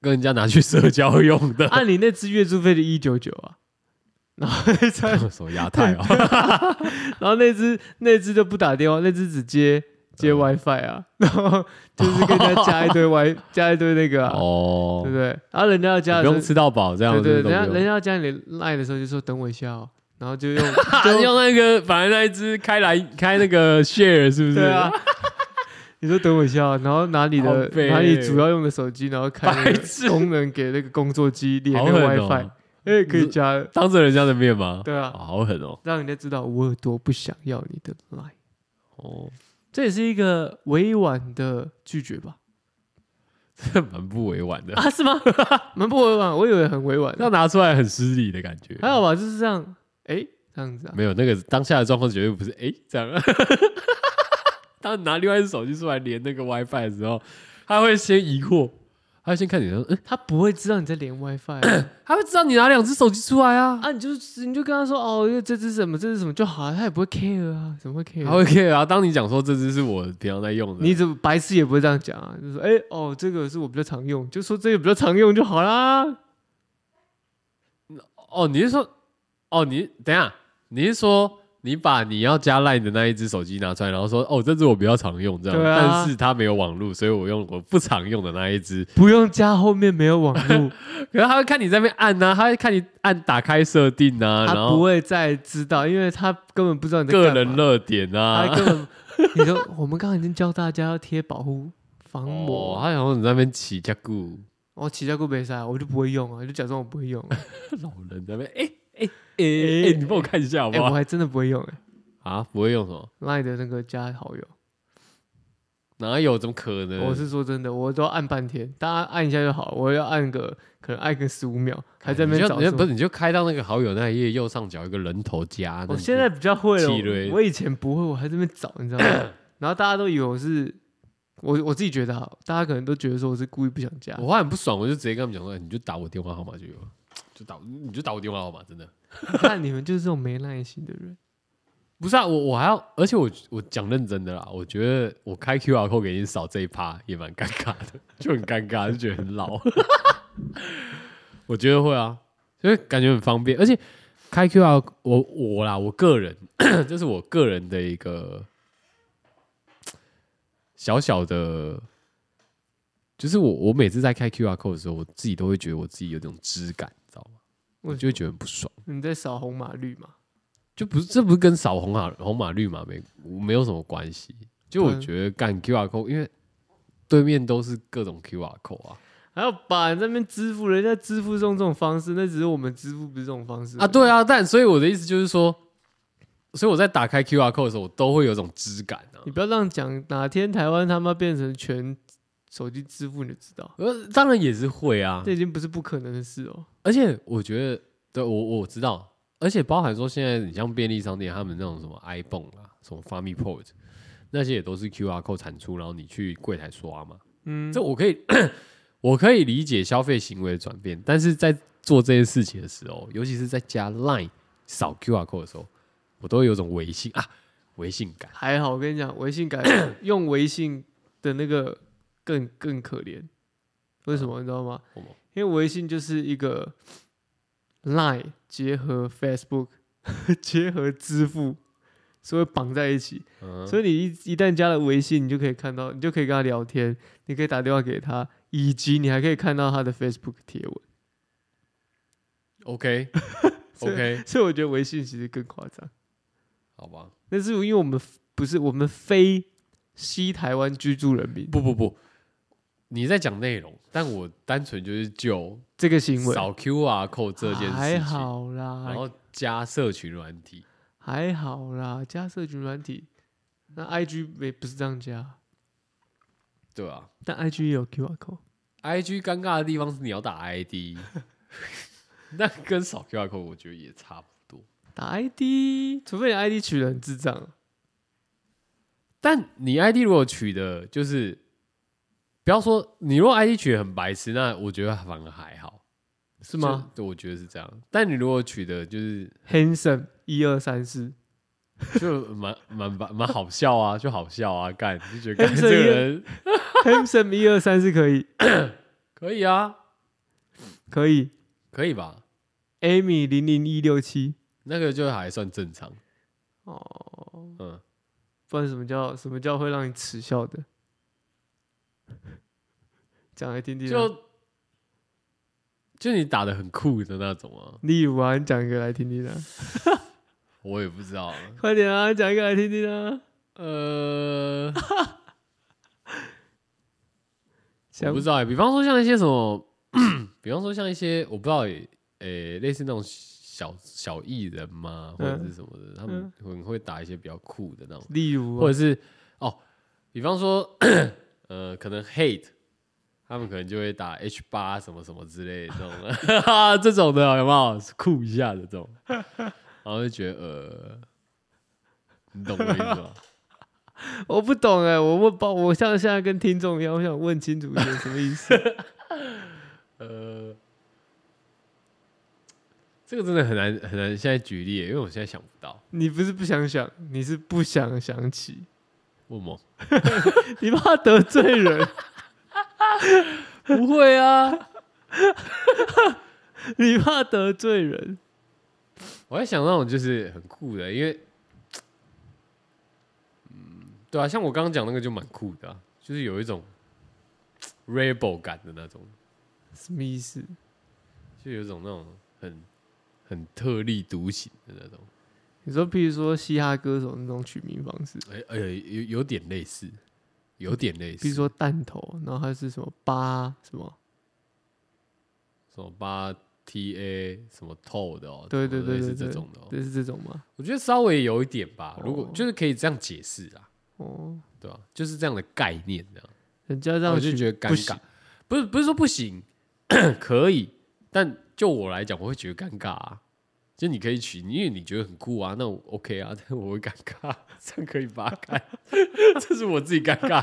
S1: 跟人家拿去社交用的？
S2: 按你那只月租费就一九九啊，然后那 张，
S1: 什么亚太哦？
S2: 然后那只那只就不打电话，那只只接接
S1: 嗯
S2: WiFi 啊，然后就是跟人家加一 堆 Wi 加一堆那个啊，
S1: 哦，
S2: 对不对？然后人家要加
S1: 你
S2: 的
S1: 不
S2: 时候
S1: 用吃到饱这样
S2: 对
S1: 子，
S2: 对，
S1: 都
S2: 人家
S1: 不用
S2: 人家要加你 Line 的时候就说等我一下哦，然后就用
S1: 啊
S2: 就
S1: 用那个反正那一只开来开那个 share 是不是？
S2: 对啊， 你说等我一下啊，然后拿你
S1: 好
S2: 的
S1: 背
S2: 拿你主要用的手机，然后开那
S1: 白痴
S2: 个功能给那个工作机连
S1: 好
S2: 那
S1: 狠
S2: 个
S1: 哦、
S2: WiFi，哎，可以加了，
S1: 当着人家的面吗？
S2: 对
S1: 啊
S2: 啊，
S1: 好狠哦、
S2: 让人家知道我有多不想要你的 Line，
S1: 哦，
S2: 这也是一个委婉的拒绝吧？
S1: 这蛮不委婉的，
S2: 啊，是吗？蛮不委婉，我以为很委婉的，啊
S1: 要拿出来很失礼的感觉。
S2: 还好吧，就是这样，哎，这样子啊，
S1: 没有，那个当下的状况绝对不是哎、诶这样。 当你拿另外一只手机出来连那个 WiFi 的时候，他会先疑惑，他会先看你说，嗯，
S2: 他不会知道你在连 WiFi 啊
S1: 他会知道你拿两只手机出来啊，
S2: 啊，你就是你就跟他说哦，因为这只是什么，这是什么就好了，他也不会 care 啊，怎么会 care？
S1: 他会 care 啊。当你讲说这只是我平常在用的，
S2: 你怎么白痴也不会这样讲啊？就说哎、哦，这个是我比较常用，就说这个比较常用就好啦。
S1: 哦，你是说，哦，你等一下，你是说你把你要加 Line 的那一只手机拿出来，然后说，哦，这只我比较常用，这样，
S2: 对啊
S1: 但是它没有网络，所以我用我不常用的那一只。
S2: 不用加后面没有网 络，
S1: 可是他会看你在那边按呐、啊，他会看你按打开设定啊，
S2: 他
S1: 然
S2: 不
S1: 后
S2: 会再知道，因为他根本不知道你在
S1: 个
S2: 干嘛
S1: 人热点啊，
S2: 他根本你说我们刚刚已经教大家要贴保护防哦
S1: 哦，
S2: 膜，
S1: 他想说你在那边起加固，
S2: 我起价过杯赛，我就不会用啊，就假装我不会用、 啊，
S1: 老人在那边，哎哎哎哎，你帮我看一下好
S2: 哎、
S1: 不
S2: 我
S1: 好？
S2: 还真的不会用哎、
S1: 啊，不会用什么？
S2: 赖的那个加好友，
S1: 哪有？怎么可能？
S2: 我是说真的，我都要按半天，大家按一下就好，我要按个可能按个十五秒，还在那
S1: 你
S2: 边
S1: 就
S2: 找
S1: 你就
S2: 什么
S1: 不是你就开到那个好友那一页右上角有一个人头加，那
S2: 我
S1: 你
S2: 现
S1: 就
S2: 在比较会了
S1: 气锐
S2: 我，我以前不会，我还在那边找，你知 道吗？然后大家都以为我是我，我自己觉得啊，大家可能都觉得说我是故意不想加，
S1: 我后来很不爽，我就直接跟他们讲说，哎你就打我电话号码就有了。就打你就打我电话号码，真的
S2: 你看你们就是这种没耐心的人。
S1: 不是啊，我我还要，而且我我讲认真的啦，我觉得我开 QR code 给你扫这一趴也蛮尴尬的，就很尴尬，就觉得很老。 我觉得会啊，因为感觉很方便，而且开 QR 我我啦，我个人 这是我个人的一个小小的，就是我我每次在开 QR code 的时候，我自己都会觉得我自己有种质感，你知道吗？
S2: 为
S1: 我
S2: 什么
S1: 就会觉得很不爽。
S2: 你在扫红马绿嘛？
S1: 就不是这不是跟扫红马红马绿马没没有什么关系。就我
S2: 对啊
S1: 觉得干 QR code，因为对面都是各种 QR code 啊
S2: 还要把那边支付，人家支付是用这种方式，那只是我们支付不是这种方式
S1: 啊，对啊，但所以我的意思就是说，所以我在打开 QR code 的时候，我都会有种质感啊。
S2: 你不要这样讲，哪天台湾他妈变成全手机支付，你就知道，
S1: 呃，当然也是会啊
S2: 这，已经不是不可能的事哦。
S1: 而且我觉得，对我我知道，而且包含说现在你像便利商店，他们那种什么 iPhone 啊，什么 FamiPort 那些也都是 QR code 产出，然后你去柜台刷嘛。
S2: 嗯，
S1: 这我可以， 我可以理解消费行为的转变，但是在做这件事情的时候，尤其是在加 Line 扫 QR code 的时候，我都会有种违信啊，违信感。
S2: 还好，我跟你讲，微信改 用微信的那个更更可怜，为什么你知道吗
S1: 啊为什么？
S2: 因为微信就是一个 Line 结合 Facebook 结合支付，所以绑在一起。
S1: 嗯，
S2: 所以你一一旦加了微信，你就可以看到，你就可以跟他聊天，你可以打电话给他，以及你还可以看到他的 Facebook 贴文。
S1: OK
S2: 所以
S1: OK，
S2: 所以我觉得微信其实更夸张。
S1: 好吧，
S2: 那是因为我们不是我们非西台湾居住人民
S1: 不不不，你在讲内容，但我单纯就是就
S2: 这个行为
S1: 扫 QR code 这件
S2: 还
S1: 事情，
S2: 好
S1: 然
S2: 啦，
S1: 后加社群软体，
S2: 还好啦，加社群软体，那 IG 没不是这样加，
S1: 对啊
S2: 但 IG 也有 QR code。
S1: IG 尴尬的地方是你要打 ID，那跟扫 QR code 我觉得也差不多。
S2: 打 ID，除非你 ID 取得很智障，
S1: 但你 ID 如果取的，就是不要说你如果 ID 取的很白痴，那我觉得反而还好，
S2: 是
S1: 是
S2: 吗？？
S1: 对，我觉得是这样。但你如果取的就是
S2: ？Handsome 一二三四，
S1: 就蛮蛮蛮蛮好笑啊， 就好笑啊，干就觉得干
S2: 很
S1: 这个人
S2: Handsome 一二三四可以，
S1: 可以啊，
S2: 可以。
S1: 可以吧？
S2: Amy 零零一六七，
S1: 那个就还算正常，
S2: 哦，
S1: 嗯，
S2: 不然什么叫什么叫会让你耻笑的？讲来听听啊。
S1: 就就你打的很酷的那种啊，
S2: 例如啊，你讲一个来听听啊，
S1: 我也不知道啊，
S2: 快点啊，讲一个来听听啊。
S1: 呃，我
S2: 想
S1: 不知道、欸，比方说像一些什么，比方说像一些我不知道、欸，呃、类似那种小小艺人嘛，或者是什么的，他们很会打一些比较酷的那种，
S2: 例如、
S1: 或
S2: 啊
S1: 者，是哦，比方说，呃，可能 hate，他们可能就会打 H 八什么什么之类的这种，这种的有 没有酷一下的这种，然后就觉得呃，你懂我意思吗？
S2: 我不懂哎、我问包，我像现在跟听众一样，我想问清楚一点什么 意思。
S1: 呃，这个真的很难很难现在举例欸耶，因为我现在想不到。
S2: 你不是不想想，你是不想想起，
S1: 为什么？
S2: 你怕得罪人，
S1: 不会啊，
S2: 你怕得罪人。
S1: 我在想那种就是很酷的，因为，嗯，对啊，像我刚刚讲那个就蛮酷的啊、就是有一种 rebel 感的那种，
S2: 什么意思？
S1: 就有一种那种很很特立独行的那种，
S2: 你说，譬如说嘻哈歌手那种取名方式，
S1: 哎、哎、有有点类似，有点类似，
S2: 譬如说弹头，然后它是什么八什么，
S1: 什么八 T A 什么 TO 的哦，
S2: 对对对
S1: 是
S2: 对
S1: 这
S2: 对
S1: 种的、哦，
S2: 这是这种吗？
S1: 我觉得稍微有一点吧，
S2: 哦
S1: 如果就是可以这样解释啊，
S2: 哦，
S1: 对吧、就是这样的概念，这样，
S2: 人家这
S1: 然后哦
S2: 样
S1: 我就
S2: 取
S1: 觉得尴
S2: 不
S1: 尬
S2: 行。
S1: 不是不是说不行， 可以，但就我来讲，我会觉得尴尬啊。就你可以取，因为你觉得很酷啊，那我 OK 啊， 但我会尴尬，这样可以吧？ 看，这是我自己尴尬，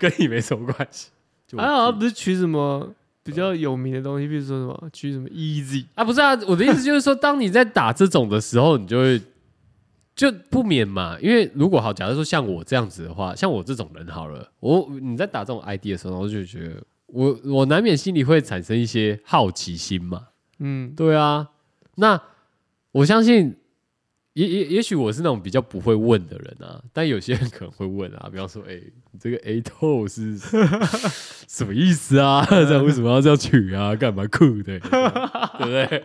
S1: 跟你没什么关系。就我
S2: 还好
S1: 自己
S2: 他不是取什么比较
S1: 嗯
S2: 有名的东西，比如说什么去什么 E Easy，
S1: 啊，不是啊，我的意思就是说，当你在打这种的时候，你就会就不免嘛，因为如果好，假如说像我这样子的话，像我这种人好了，我你在打这种 ID 的时候，然后就觉得我我难免心里会产生一些好奇心嘛，
S2: 嗯，
S1: 对啊，那我相信。也也也许我是那种比较不会问的人啊，但有些人可能会问啊，比方说，哎、你这个 A 透是 什么意思啊？ 这样为什么要这样取啊？干嘛酷的？对不对？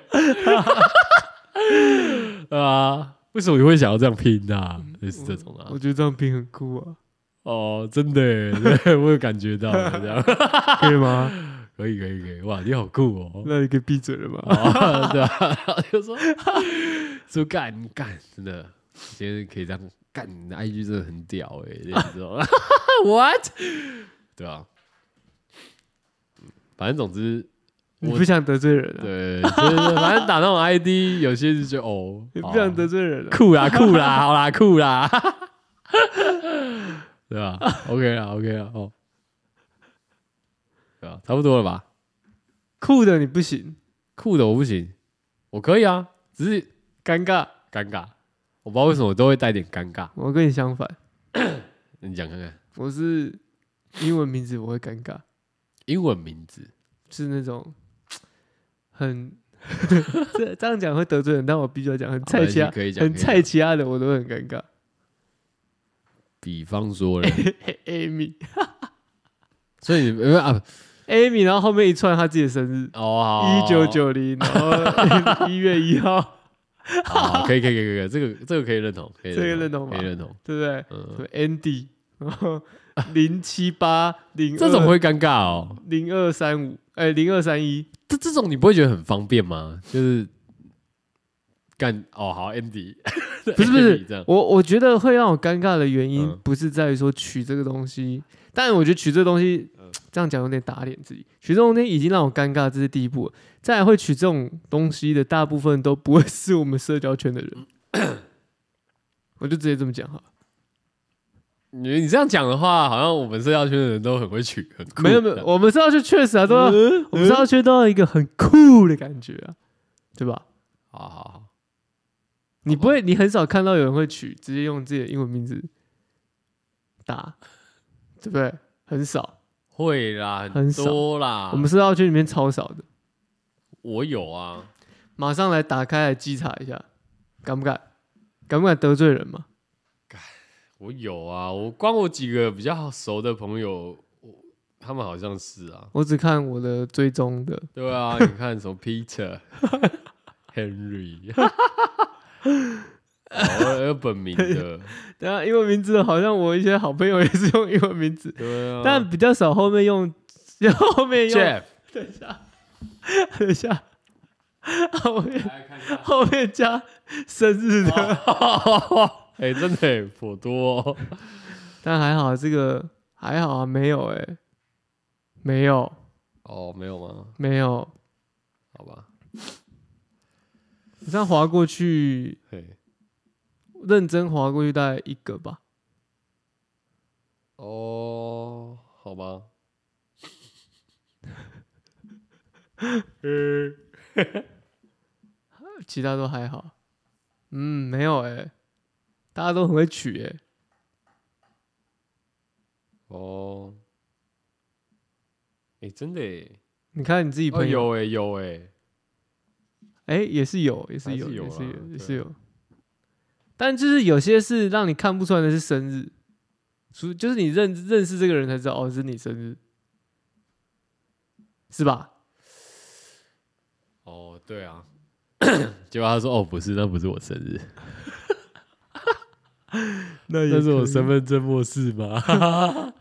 S1: 啊，为什么你会想要这样拼 啊？类似这种啊
S2: 我，觉得这样拼很酷啊，
S1: 哦，真的耶，对我有感觉到这样，
S2: 可以吗？
S1: 可以可以可以，哇，你好酷 哦，
S2: 那你可以闭嘴了吧？
S1: 哦，对啊，就说说干干，真的，今天可以这样干，你的 IG 真的很屌哎，类似这种 ，what？对啊，嗯反正总之，
S2: 你
S1: 我
S2: 不想得罪人啊？
S1: 对，就是反正打那种 ID，有些就觉得哦，
S2: 你不
S1: 好啊
S2: 想得罪人啊？
S1: 酷啦酷啦，好啦酷啦，对吧？OK 啦 OK 啦，哦，对吧？差不多了吧？
S2: 酷的你不行，
S1: 酷的我不行，我可以啊，只是
S2: 尴尬。
S1: 尴尬，我不知道为什么我都会带点尴尬。
S2: 我跟你相反，
S1: 你讲看看，
S2: 我是英文名字我会尴尬，
S1: 英文名字
S2: 是那种很 这这样讲会得罪人，但我必须要讲，
S1: 啊
S2: 很菜其他
S1: 好可以讲，
S2: 很
S1: 可以
S2: 菜
S1: 讲。
S2: 其他的我都会很尴尬。
S1: 比方说嘞，
S2: Amy，Amy，
S1: 所以呃啊，
S2: 然后后面一串他自己的生日，
S1: 哦，
S2: 一九九零，然后一 月一号，
S1: 好，好可以可以可以可以，这个这个可以认同，可以
S2: 这个认同吧
S1: 可以认同。
S2: 对不对？什
S1: 嗯，
S2: 么 Andy，然 后零七八零
S1: 这种会尴尬哦。
S2: 零二三五，哎，零二三一，
S1: 这这种你不会觉得很方便吗？就是干哦，好，Andy，
S2: 不是不是
S1: Andy 这样，
S2: 我我觉得会让我尴尬的原因
S1: 嗯，
S2: 不是在于说取这个东西，但我觉得取这个东西
S1: 嗯，
S2: 这样讲有点打脸自己。取这种东西已经让我尴尬，这是第一步了。再来会取这种东西的，大部分都不会是我们社交圈的人。我就直接这么讲哈，
S1: 你你这样讲的话，好像我们社交圈的人都很会取，很酷。
S2: 没有没有，
S1: 这样，
S2: 我们社交圈确实啊，都要、
S1: 嗯
S2: 我们社交圈都要一个很酷的感觉啊，对吧？
S1: 好好好，
S2: 你不会，你很少看到有人会取直接用自己的英文名字打，对不对？很少，
S1: 会啦，
S2: 很少
S1: 多啦。
S2: 我们社交圈里面超少的。
S1: 我有啊，
S2: 马上来打开来稽查一下，敢不敢？敢不敢得罪人嘛？
S1: 我有啊，我光我几个比较熟的朋友，我他们好像是啊，
S2: 我只看我的追踪的，
S1: 对 啊，你看什么 Peter、Henry，哦有本名的，
S2: 对啊，英文名字的好像我一些好朋友也是用英文名字，
S1: 对啊，
S2: 但比较少后面用， 后面用
S1: Jeff，
S2: 等一下，等一下， 后面
S1: 来看一下。
S2: 后面加生日的，
S1: 哎、真的耶颇多、哦，
S2: 但还好这个还好啊，没有哎、没有
S1: 哦，没有吗？
S2: 没有，
S1: 好吧，
S2: 你这样划过去，
S1: 嘿，
S2: 认真划过去大概一个吧，
S1: 哦，好吧，
S2: 其他都还好。嗯，没有哎、大家都很会取哎、
S1: 哦，哎、真的耶，
S2: 你看你自己
S1: 哦，
S2: 朋友
S1: 有哎，有哎，
S2: 哎、也是有，也是
S1: 还
S2: 有，
S1: 是有
S2: 也是
S1: 啦
S2: 有，也
S1: 对
S2: 是
S1: 啊
S2: 有。但就是有些是让你看不出来的是生日，除就是你认认识这个人才知道哦是你生日，是吧？
S1: 哦，对啊， 结果他说，哦，不是，那不是我生日，
S2: 那
S1: 那是我身
S2: 身份，
S1: 份证末世码，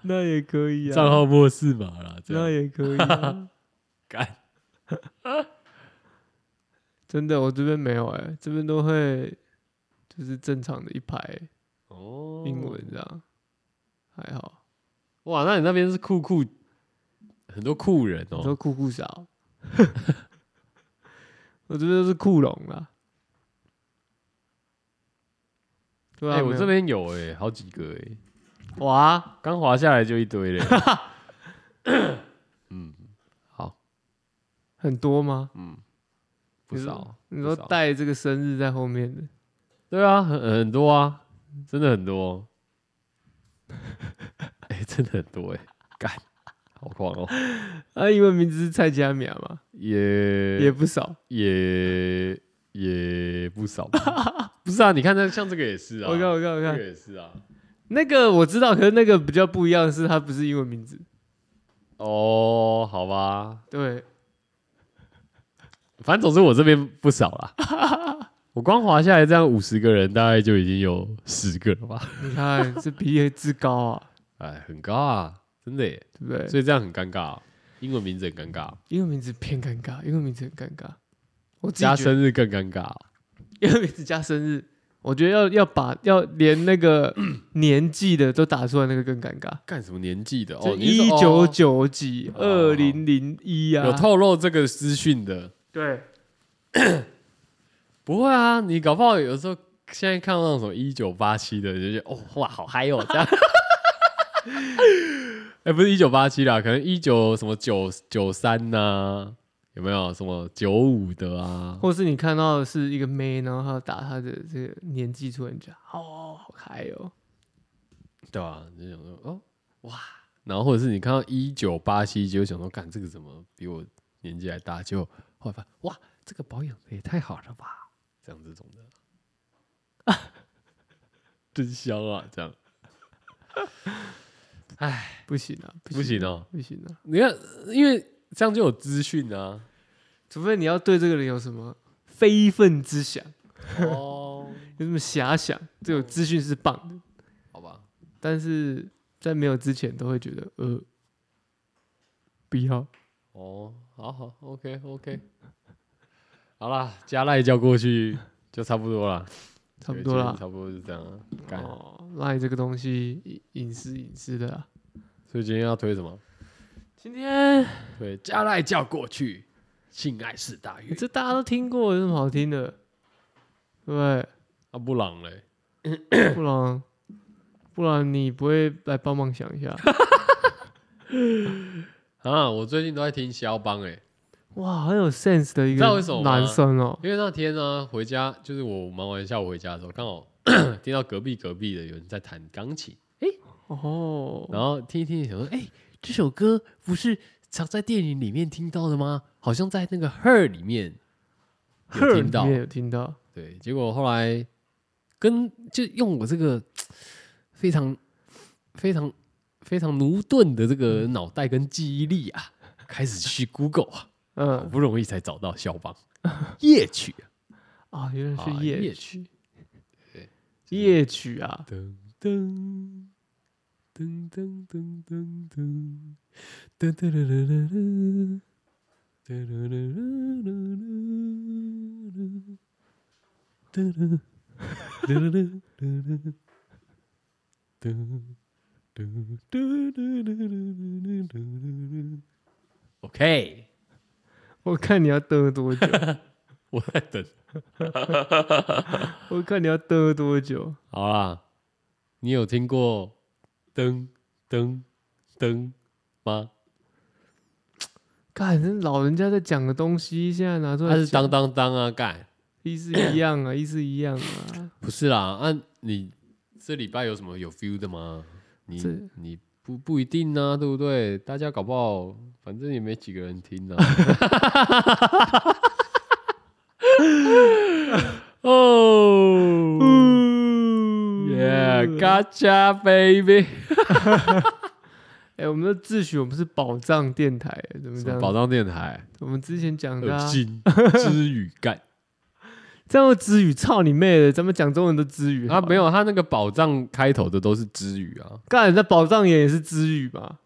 S2: 那也可以
S1: 账
S2: 啊，
S1: 号末世码啦，这
S2: 那
S1: 样
S2: 也可以、啊。
S1: 干，
S2: 真的，我这边没有哎、这边都会就是正常的一排、
S1: 哦
S2: 英文，这样，还好，
S1: 哇，那你那边是酷酷，很多酷人
S2: 你
S1: 哦，
S2: 说酷酷少， 我这边都是酷龙啦。对啊，
S1: 哎、我
S2: 没有
S1: 这边有哎、好几个哎、
S2: 哇，
S1: 刚滑下来就一堆嘞。嗯，好，
S2: 很多吗？
S1: 不少。
S2: 你
S1: 不
S2: 说
S1: 少
S2: 带这个生日在后面的，
S1: 对啊，很很多啊，真的很多。 哎、真的很多哎、干，好狂哦！
S2: 啊，英文名字是蔡佳苗嘛，
S1: 也
S2: 也不少。
S1: 也也不少 吧，不是啊？你看，那像这个也是啊，
S2: 我看，我看，我
S1: 这个
S2: 看，
S1: 也是啊。
S2: 那个我知道，可是那个比较不一样的是，它不是英文名字。
S1: 哦，好吧，
S2: 对，
S1: 反正总之我这边不少啦。 我光滑下来这样五十个人，大概就已经有十个了吧？
S2: 你看这比例之高啊，
S1: 哎，很高啊，真的耶，
S2: 对不对？
S1: 所以这样很尴尬啊、英文名字很尴尬啊，
S2: 英文名字偏尴尬，英文名字很尴尬。我自己
S1: 加
S2: 觉得
S1: 生日更尴尬啊、
S2: 英文名字加生日，我觉得要要把要连那个年纪的都打出来，那个更尴尬。
S1: 干什么年纪的？哦
S2: 就，
S1: 你是
S2: 一
S1: 说
S2: 九、九几、
S1: 哦
S2: 二零零一
S1: 哦有
S2: 啊，
S1: 透露这个资讯的，
S2: 对，
S1: 不会啊，你搞不好有时候现在看到那种什么一九八七的，就觉得哦哇好嗨哦这样。 哎、不是一九八七啦，可能一九什么九九三呐，有没有什么九五的啊？
S2: 或是你看到的是一个妹，然后她打她的这个年纪出来，你觉得哦，好嗨哦，
S1: 对啊，你就想说哦哇，然后或者是你看到一九八七，就想说干这个怎么比我年纪还大？就后来发现哇，这个保养的也太好了吧，这样这种的， 真香啊，这样
S2: 不行啊，
S1: 不行哦、
S2: 不行啊，
S1: 你看，因为这样就有资讯啊。
S2: 除非你要对这个人有什么非分之想，
S1: 哦，
S2: 有什么遐想，这种资讯是棒的，
S1: 好吧，
S2: 但是在没有之前都会觉得呃，不要，
S1: 哦，好好，OK OK，好啦，加赖叫过去就差不多啦，
S2: 差不多啦。
S1: 差不多就这样啊。干
S2: 哦，赖这个东西隐隐私隐私的啊。
S1: 所以今天要推什么？
S2: 今天
S1: 对，加赖叫过去，性爱是大运。
S2: 这大家都听过，有什么好听的？对
S1: 啊，布朗嘞，
S2: 不对，不然不然你不会来帮忙想 一下？
S1: 啊，我最近都在听肖邦哎、
S2: 哇，很有 sense 的一
S1: 知道为什
S2: 个
S1: 么吗
S2: 男生哦。
S1: 因为那天呢回家，就是我忙完下午回家的时候，刚好 听到隔壁隔壁的有人在弹钢琴。然
S2: 哦，
S1: 后听一听，想说，哎、这首歌不是常在电影里面听到的吗？好像在那个《Her》里面有听到
S2: 你。也有听到，
S1: 对，结果后来跟就用我这个非常非常非常驽钝的这个脑袋跟记忆力啊， 开始去 Google 啊，好
S2: 嗯
S1: 不容易才找到肖 邦夜曲啊
S2: 啊，原
S1: 啊
S2: 来是夜
S1: 夜
S2: 曲
S1: 对，
S2: 夜曲啊，
S1: 噔噔噔噔噔噔噔噔噔噔噔噔噔噔噔噔噔噔噔噔噔噔 OK，
S2: 我看你要嘚多久，
S1: 我在等。
S2: 我看你要嘚多久。
S1: 好啦，你有听过噔噔噔吗？
S2: 看，这老人家在讲的东西，现在拿出来
S1: 它是
S2: 讲
S1: 当当当啊，干
S2: 意思一样啊，意思一样啊。
S1: 不是啦，啊，你这礼拜有什么有 feel 的吗？你
S2: 这
S1: 你不不一定啊，对不对？大家搞不好，反正也没几个人听啊。 哦，Yeah，Gotcha baby，
S2: 哎、我们的自诩我们是宝藏电台，怎么
S1: 什
S2: 这
S1: 么
S2: 样？
S1: 宝藏电台，
S2: 我们之前讲的、
S1: 恶
S2: 啊，
S1: 心之语 干。
S2: 这样的知语，操你妹的！咱们讲中文都知语
S1: 啊，没
S2: 有
S1: 有，他那个宝藏开头的都是之语啊，
S2: 干，那宝藏眼也是知语吧？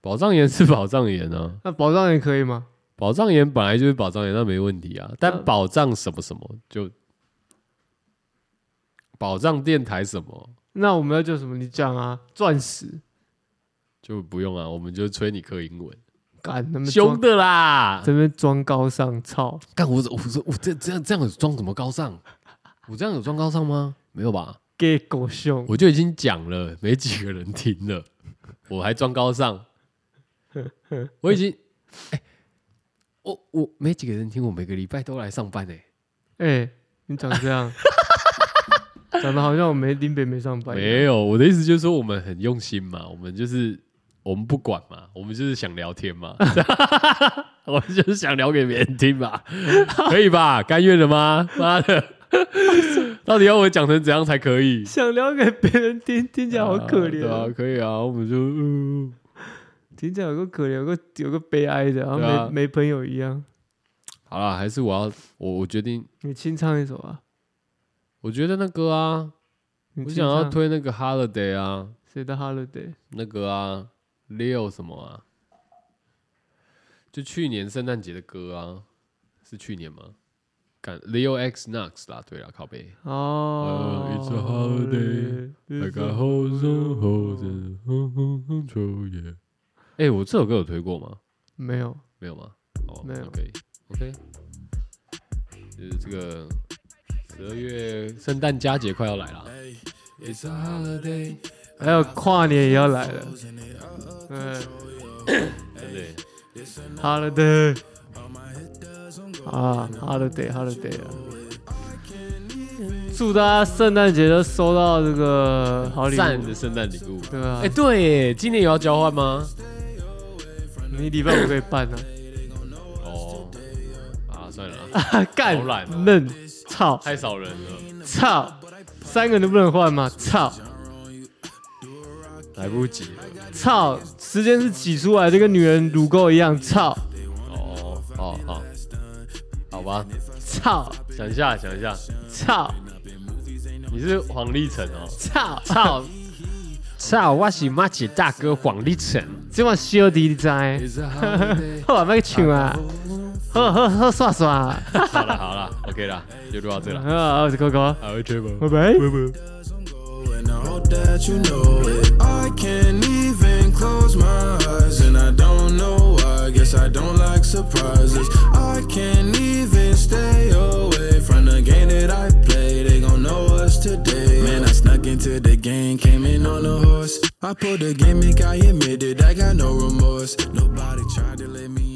S1: 宝藏岩是宝藏岩啊，
S2: 那宝藏眼可以吗？
S1: 宝藏岩本来就是宝藏岩，那没问题啊。
S2: 那
S1: 但宝藏什么什么就宝藏电台什么
S2: 那我们要叫什么？你讲啊，钻石
S1: 就不用啊，我们就吹你课英文，
S2: 干，那么
S1: 凶
S2: 装
S1: 的啦。
S2: 这边装高尚，操！
S1: 干我我说我这这样这样有装什么高尚？我这样有装高尚吗？没有吧，
S2: 给狗熊，
S1: 我就已经讲了，没几个人听了， 我还装高尚，我已经，哎、我我没几个人听，我每个礼拜都来上班哎、
S2: 哎、你长这 样，长得好像我没林北没上班一样。
S1: 没有，我的意思就是说我们很用心嘛，我们就是我们不管嘛，我们就是想聊天嘛， 我们就是想聊给别人听嘛， 可以吧？甘愿了吗？妈的，到底要我讲成怎样才可以？
S2: 想聊给别人听，听起来好可怜、
S1: 啊对啊，可以啊，我们就、嗯
S2: 听起来有个可怜，有个有个悲哀的，然后没、
S1: 对啊
S2: 没朋友一样。
S1: 好啦，还是我要我我决定，
S2: 你清唱一首啊！
S1: 我觉得那个啊，
S2: 你
S1: 我
S2: 清
S1: 想要
S2: 唱
S1: 推那个 Holiday 啊，
S2: 谁的 holiday？
S1: 那个啊，Leo 什么啊，就去年圣诞节的歌啊，是去年吗？干 Leo X Knox 啦，对啦，靠背。呃
S2: 哦、
S1: it's a holiday,
S2: It's a holiday
S1: 哎、我这首歌有推过吗？
S2: 没有，
S1: 没有吗？哦，
S2: 没有
S1: OK OK，就是这个十二月圣诞佳节快要来了，
S3: It's a holiday，
S2: 还有跨年也要来了。嗯
S1: 对不对？
S2: ，holiday 啊，holiday holiday 啊！祝大家圣诞节都收到这个好礼
S1: 赞
S2: 物
S1: 的，圣诞礼物。
S2: 对啊
S1: 哎、，对耶，今年有要交换吗？
S2: 你礼拜五可以办啊！
S1: 哦，啊，算了啦，
S2: 干
S1: 好懒哦
S2: 嫩操
S1: 太少人了，
S2: 操，三个能不能换吗？操！
S1: 来不及了。
S2: 操，时间是挤出来的，跟女人乳沟一样。操
S1: 哦，哦，好，好吧，
S2: 操
S1: 想一下，想一下，
S2: 操
S1: 你是黄立成哦。
S2: 操！
S1: 操！操！我是马姐大哥黄立成。
S2: 今晚小弟你知？
S3: It's a holiday，
S2: 啊哎好啊，别唱啊，好好好啊耍耍。
S1: 好了好了，OK 啦，就录到这了。
S2: 啊，我是 Coco，
S1: 还会吹吗？
S2: 拜拜。
S3: and I hope that you know it. I can't even close my eyes, and I don't know why. Guess I don't like surprises. I can't even stay away from the game that I play. They gon' know us today. Man, I snuck into the game, came in on a horse. I pulled a gimmick, I admitted I got no remorse. Nobody tried to let me.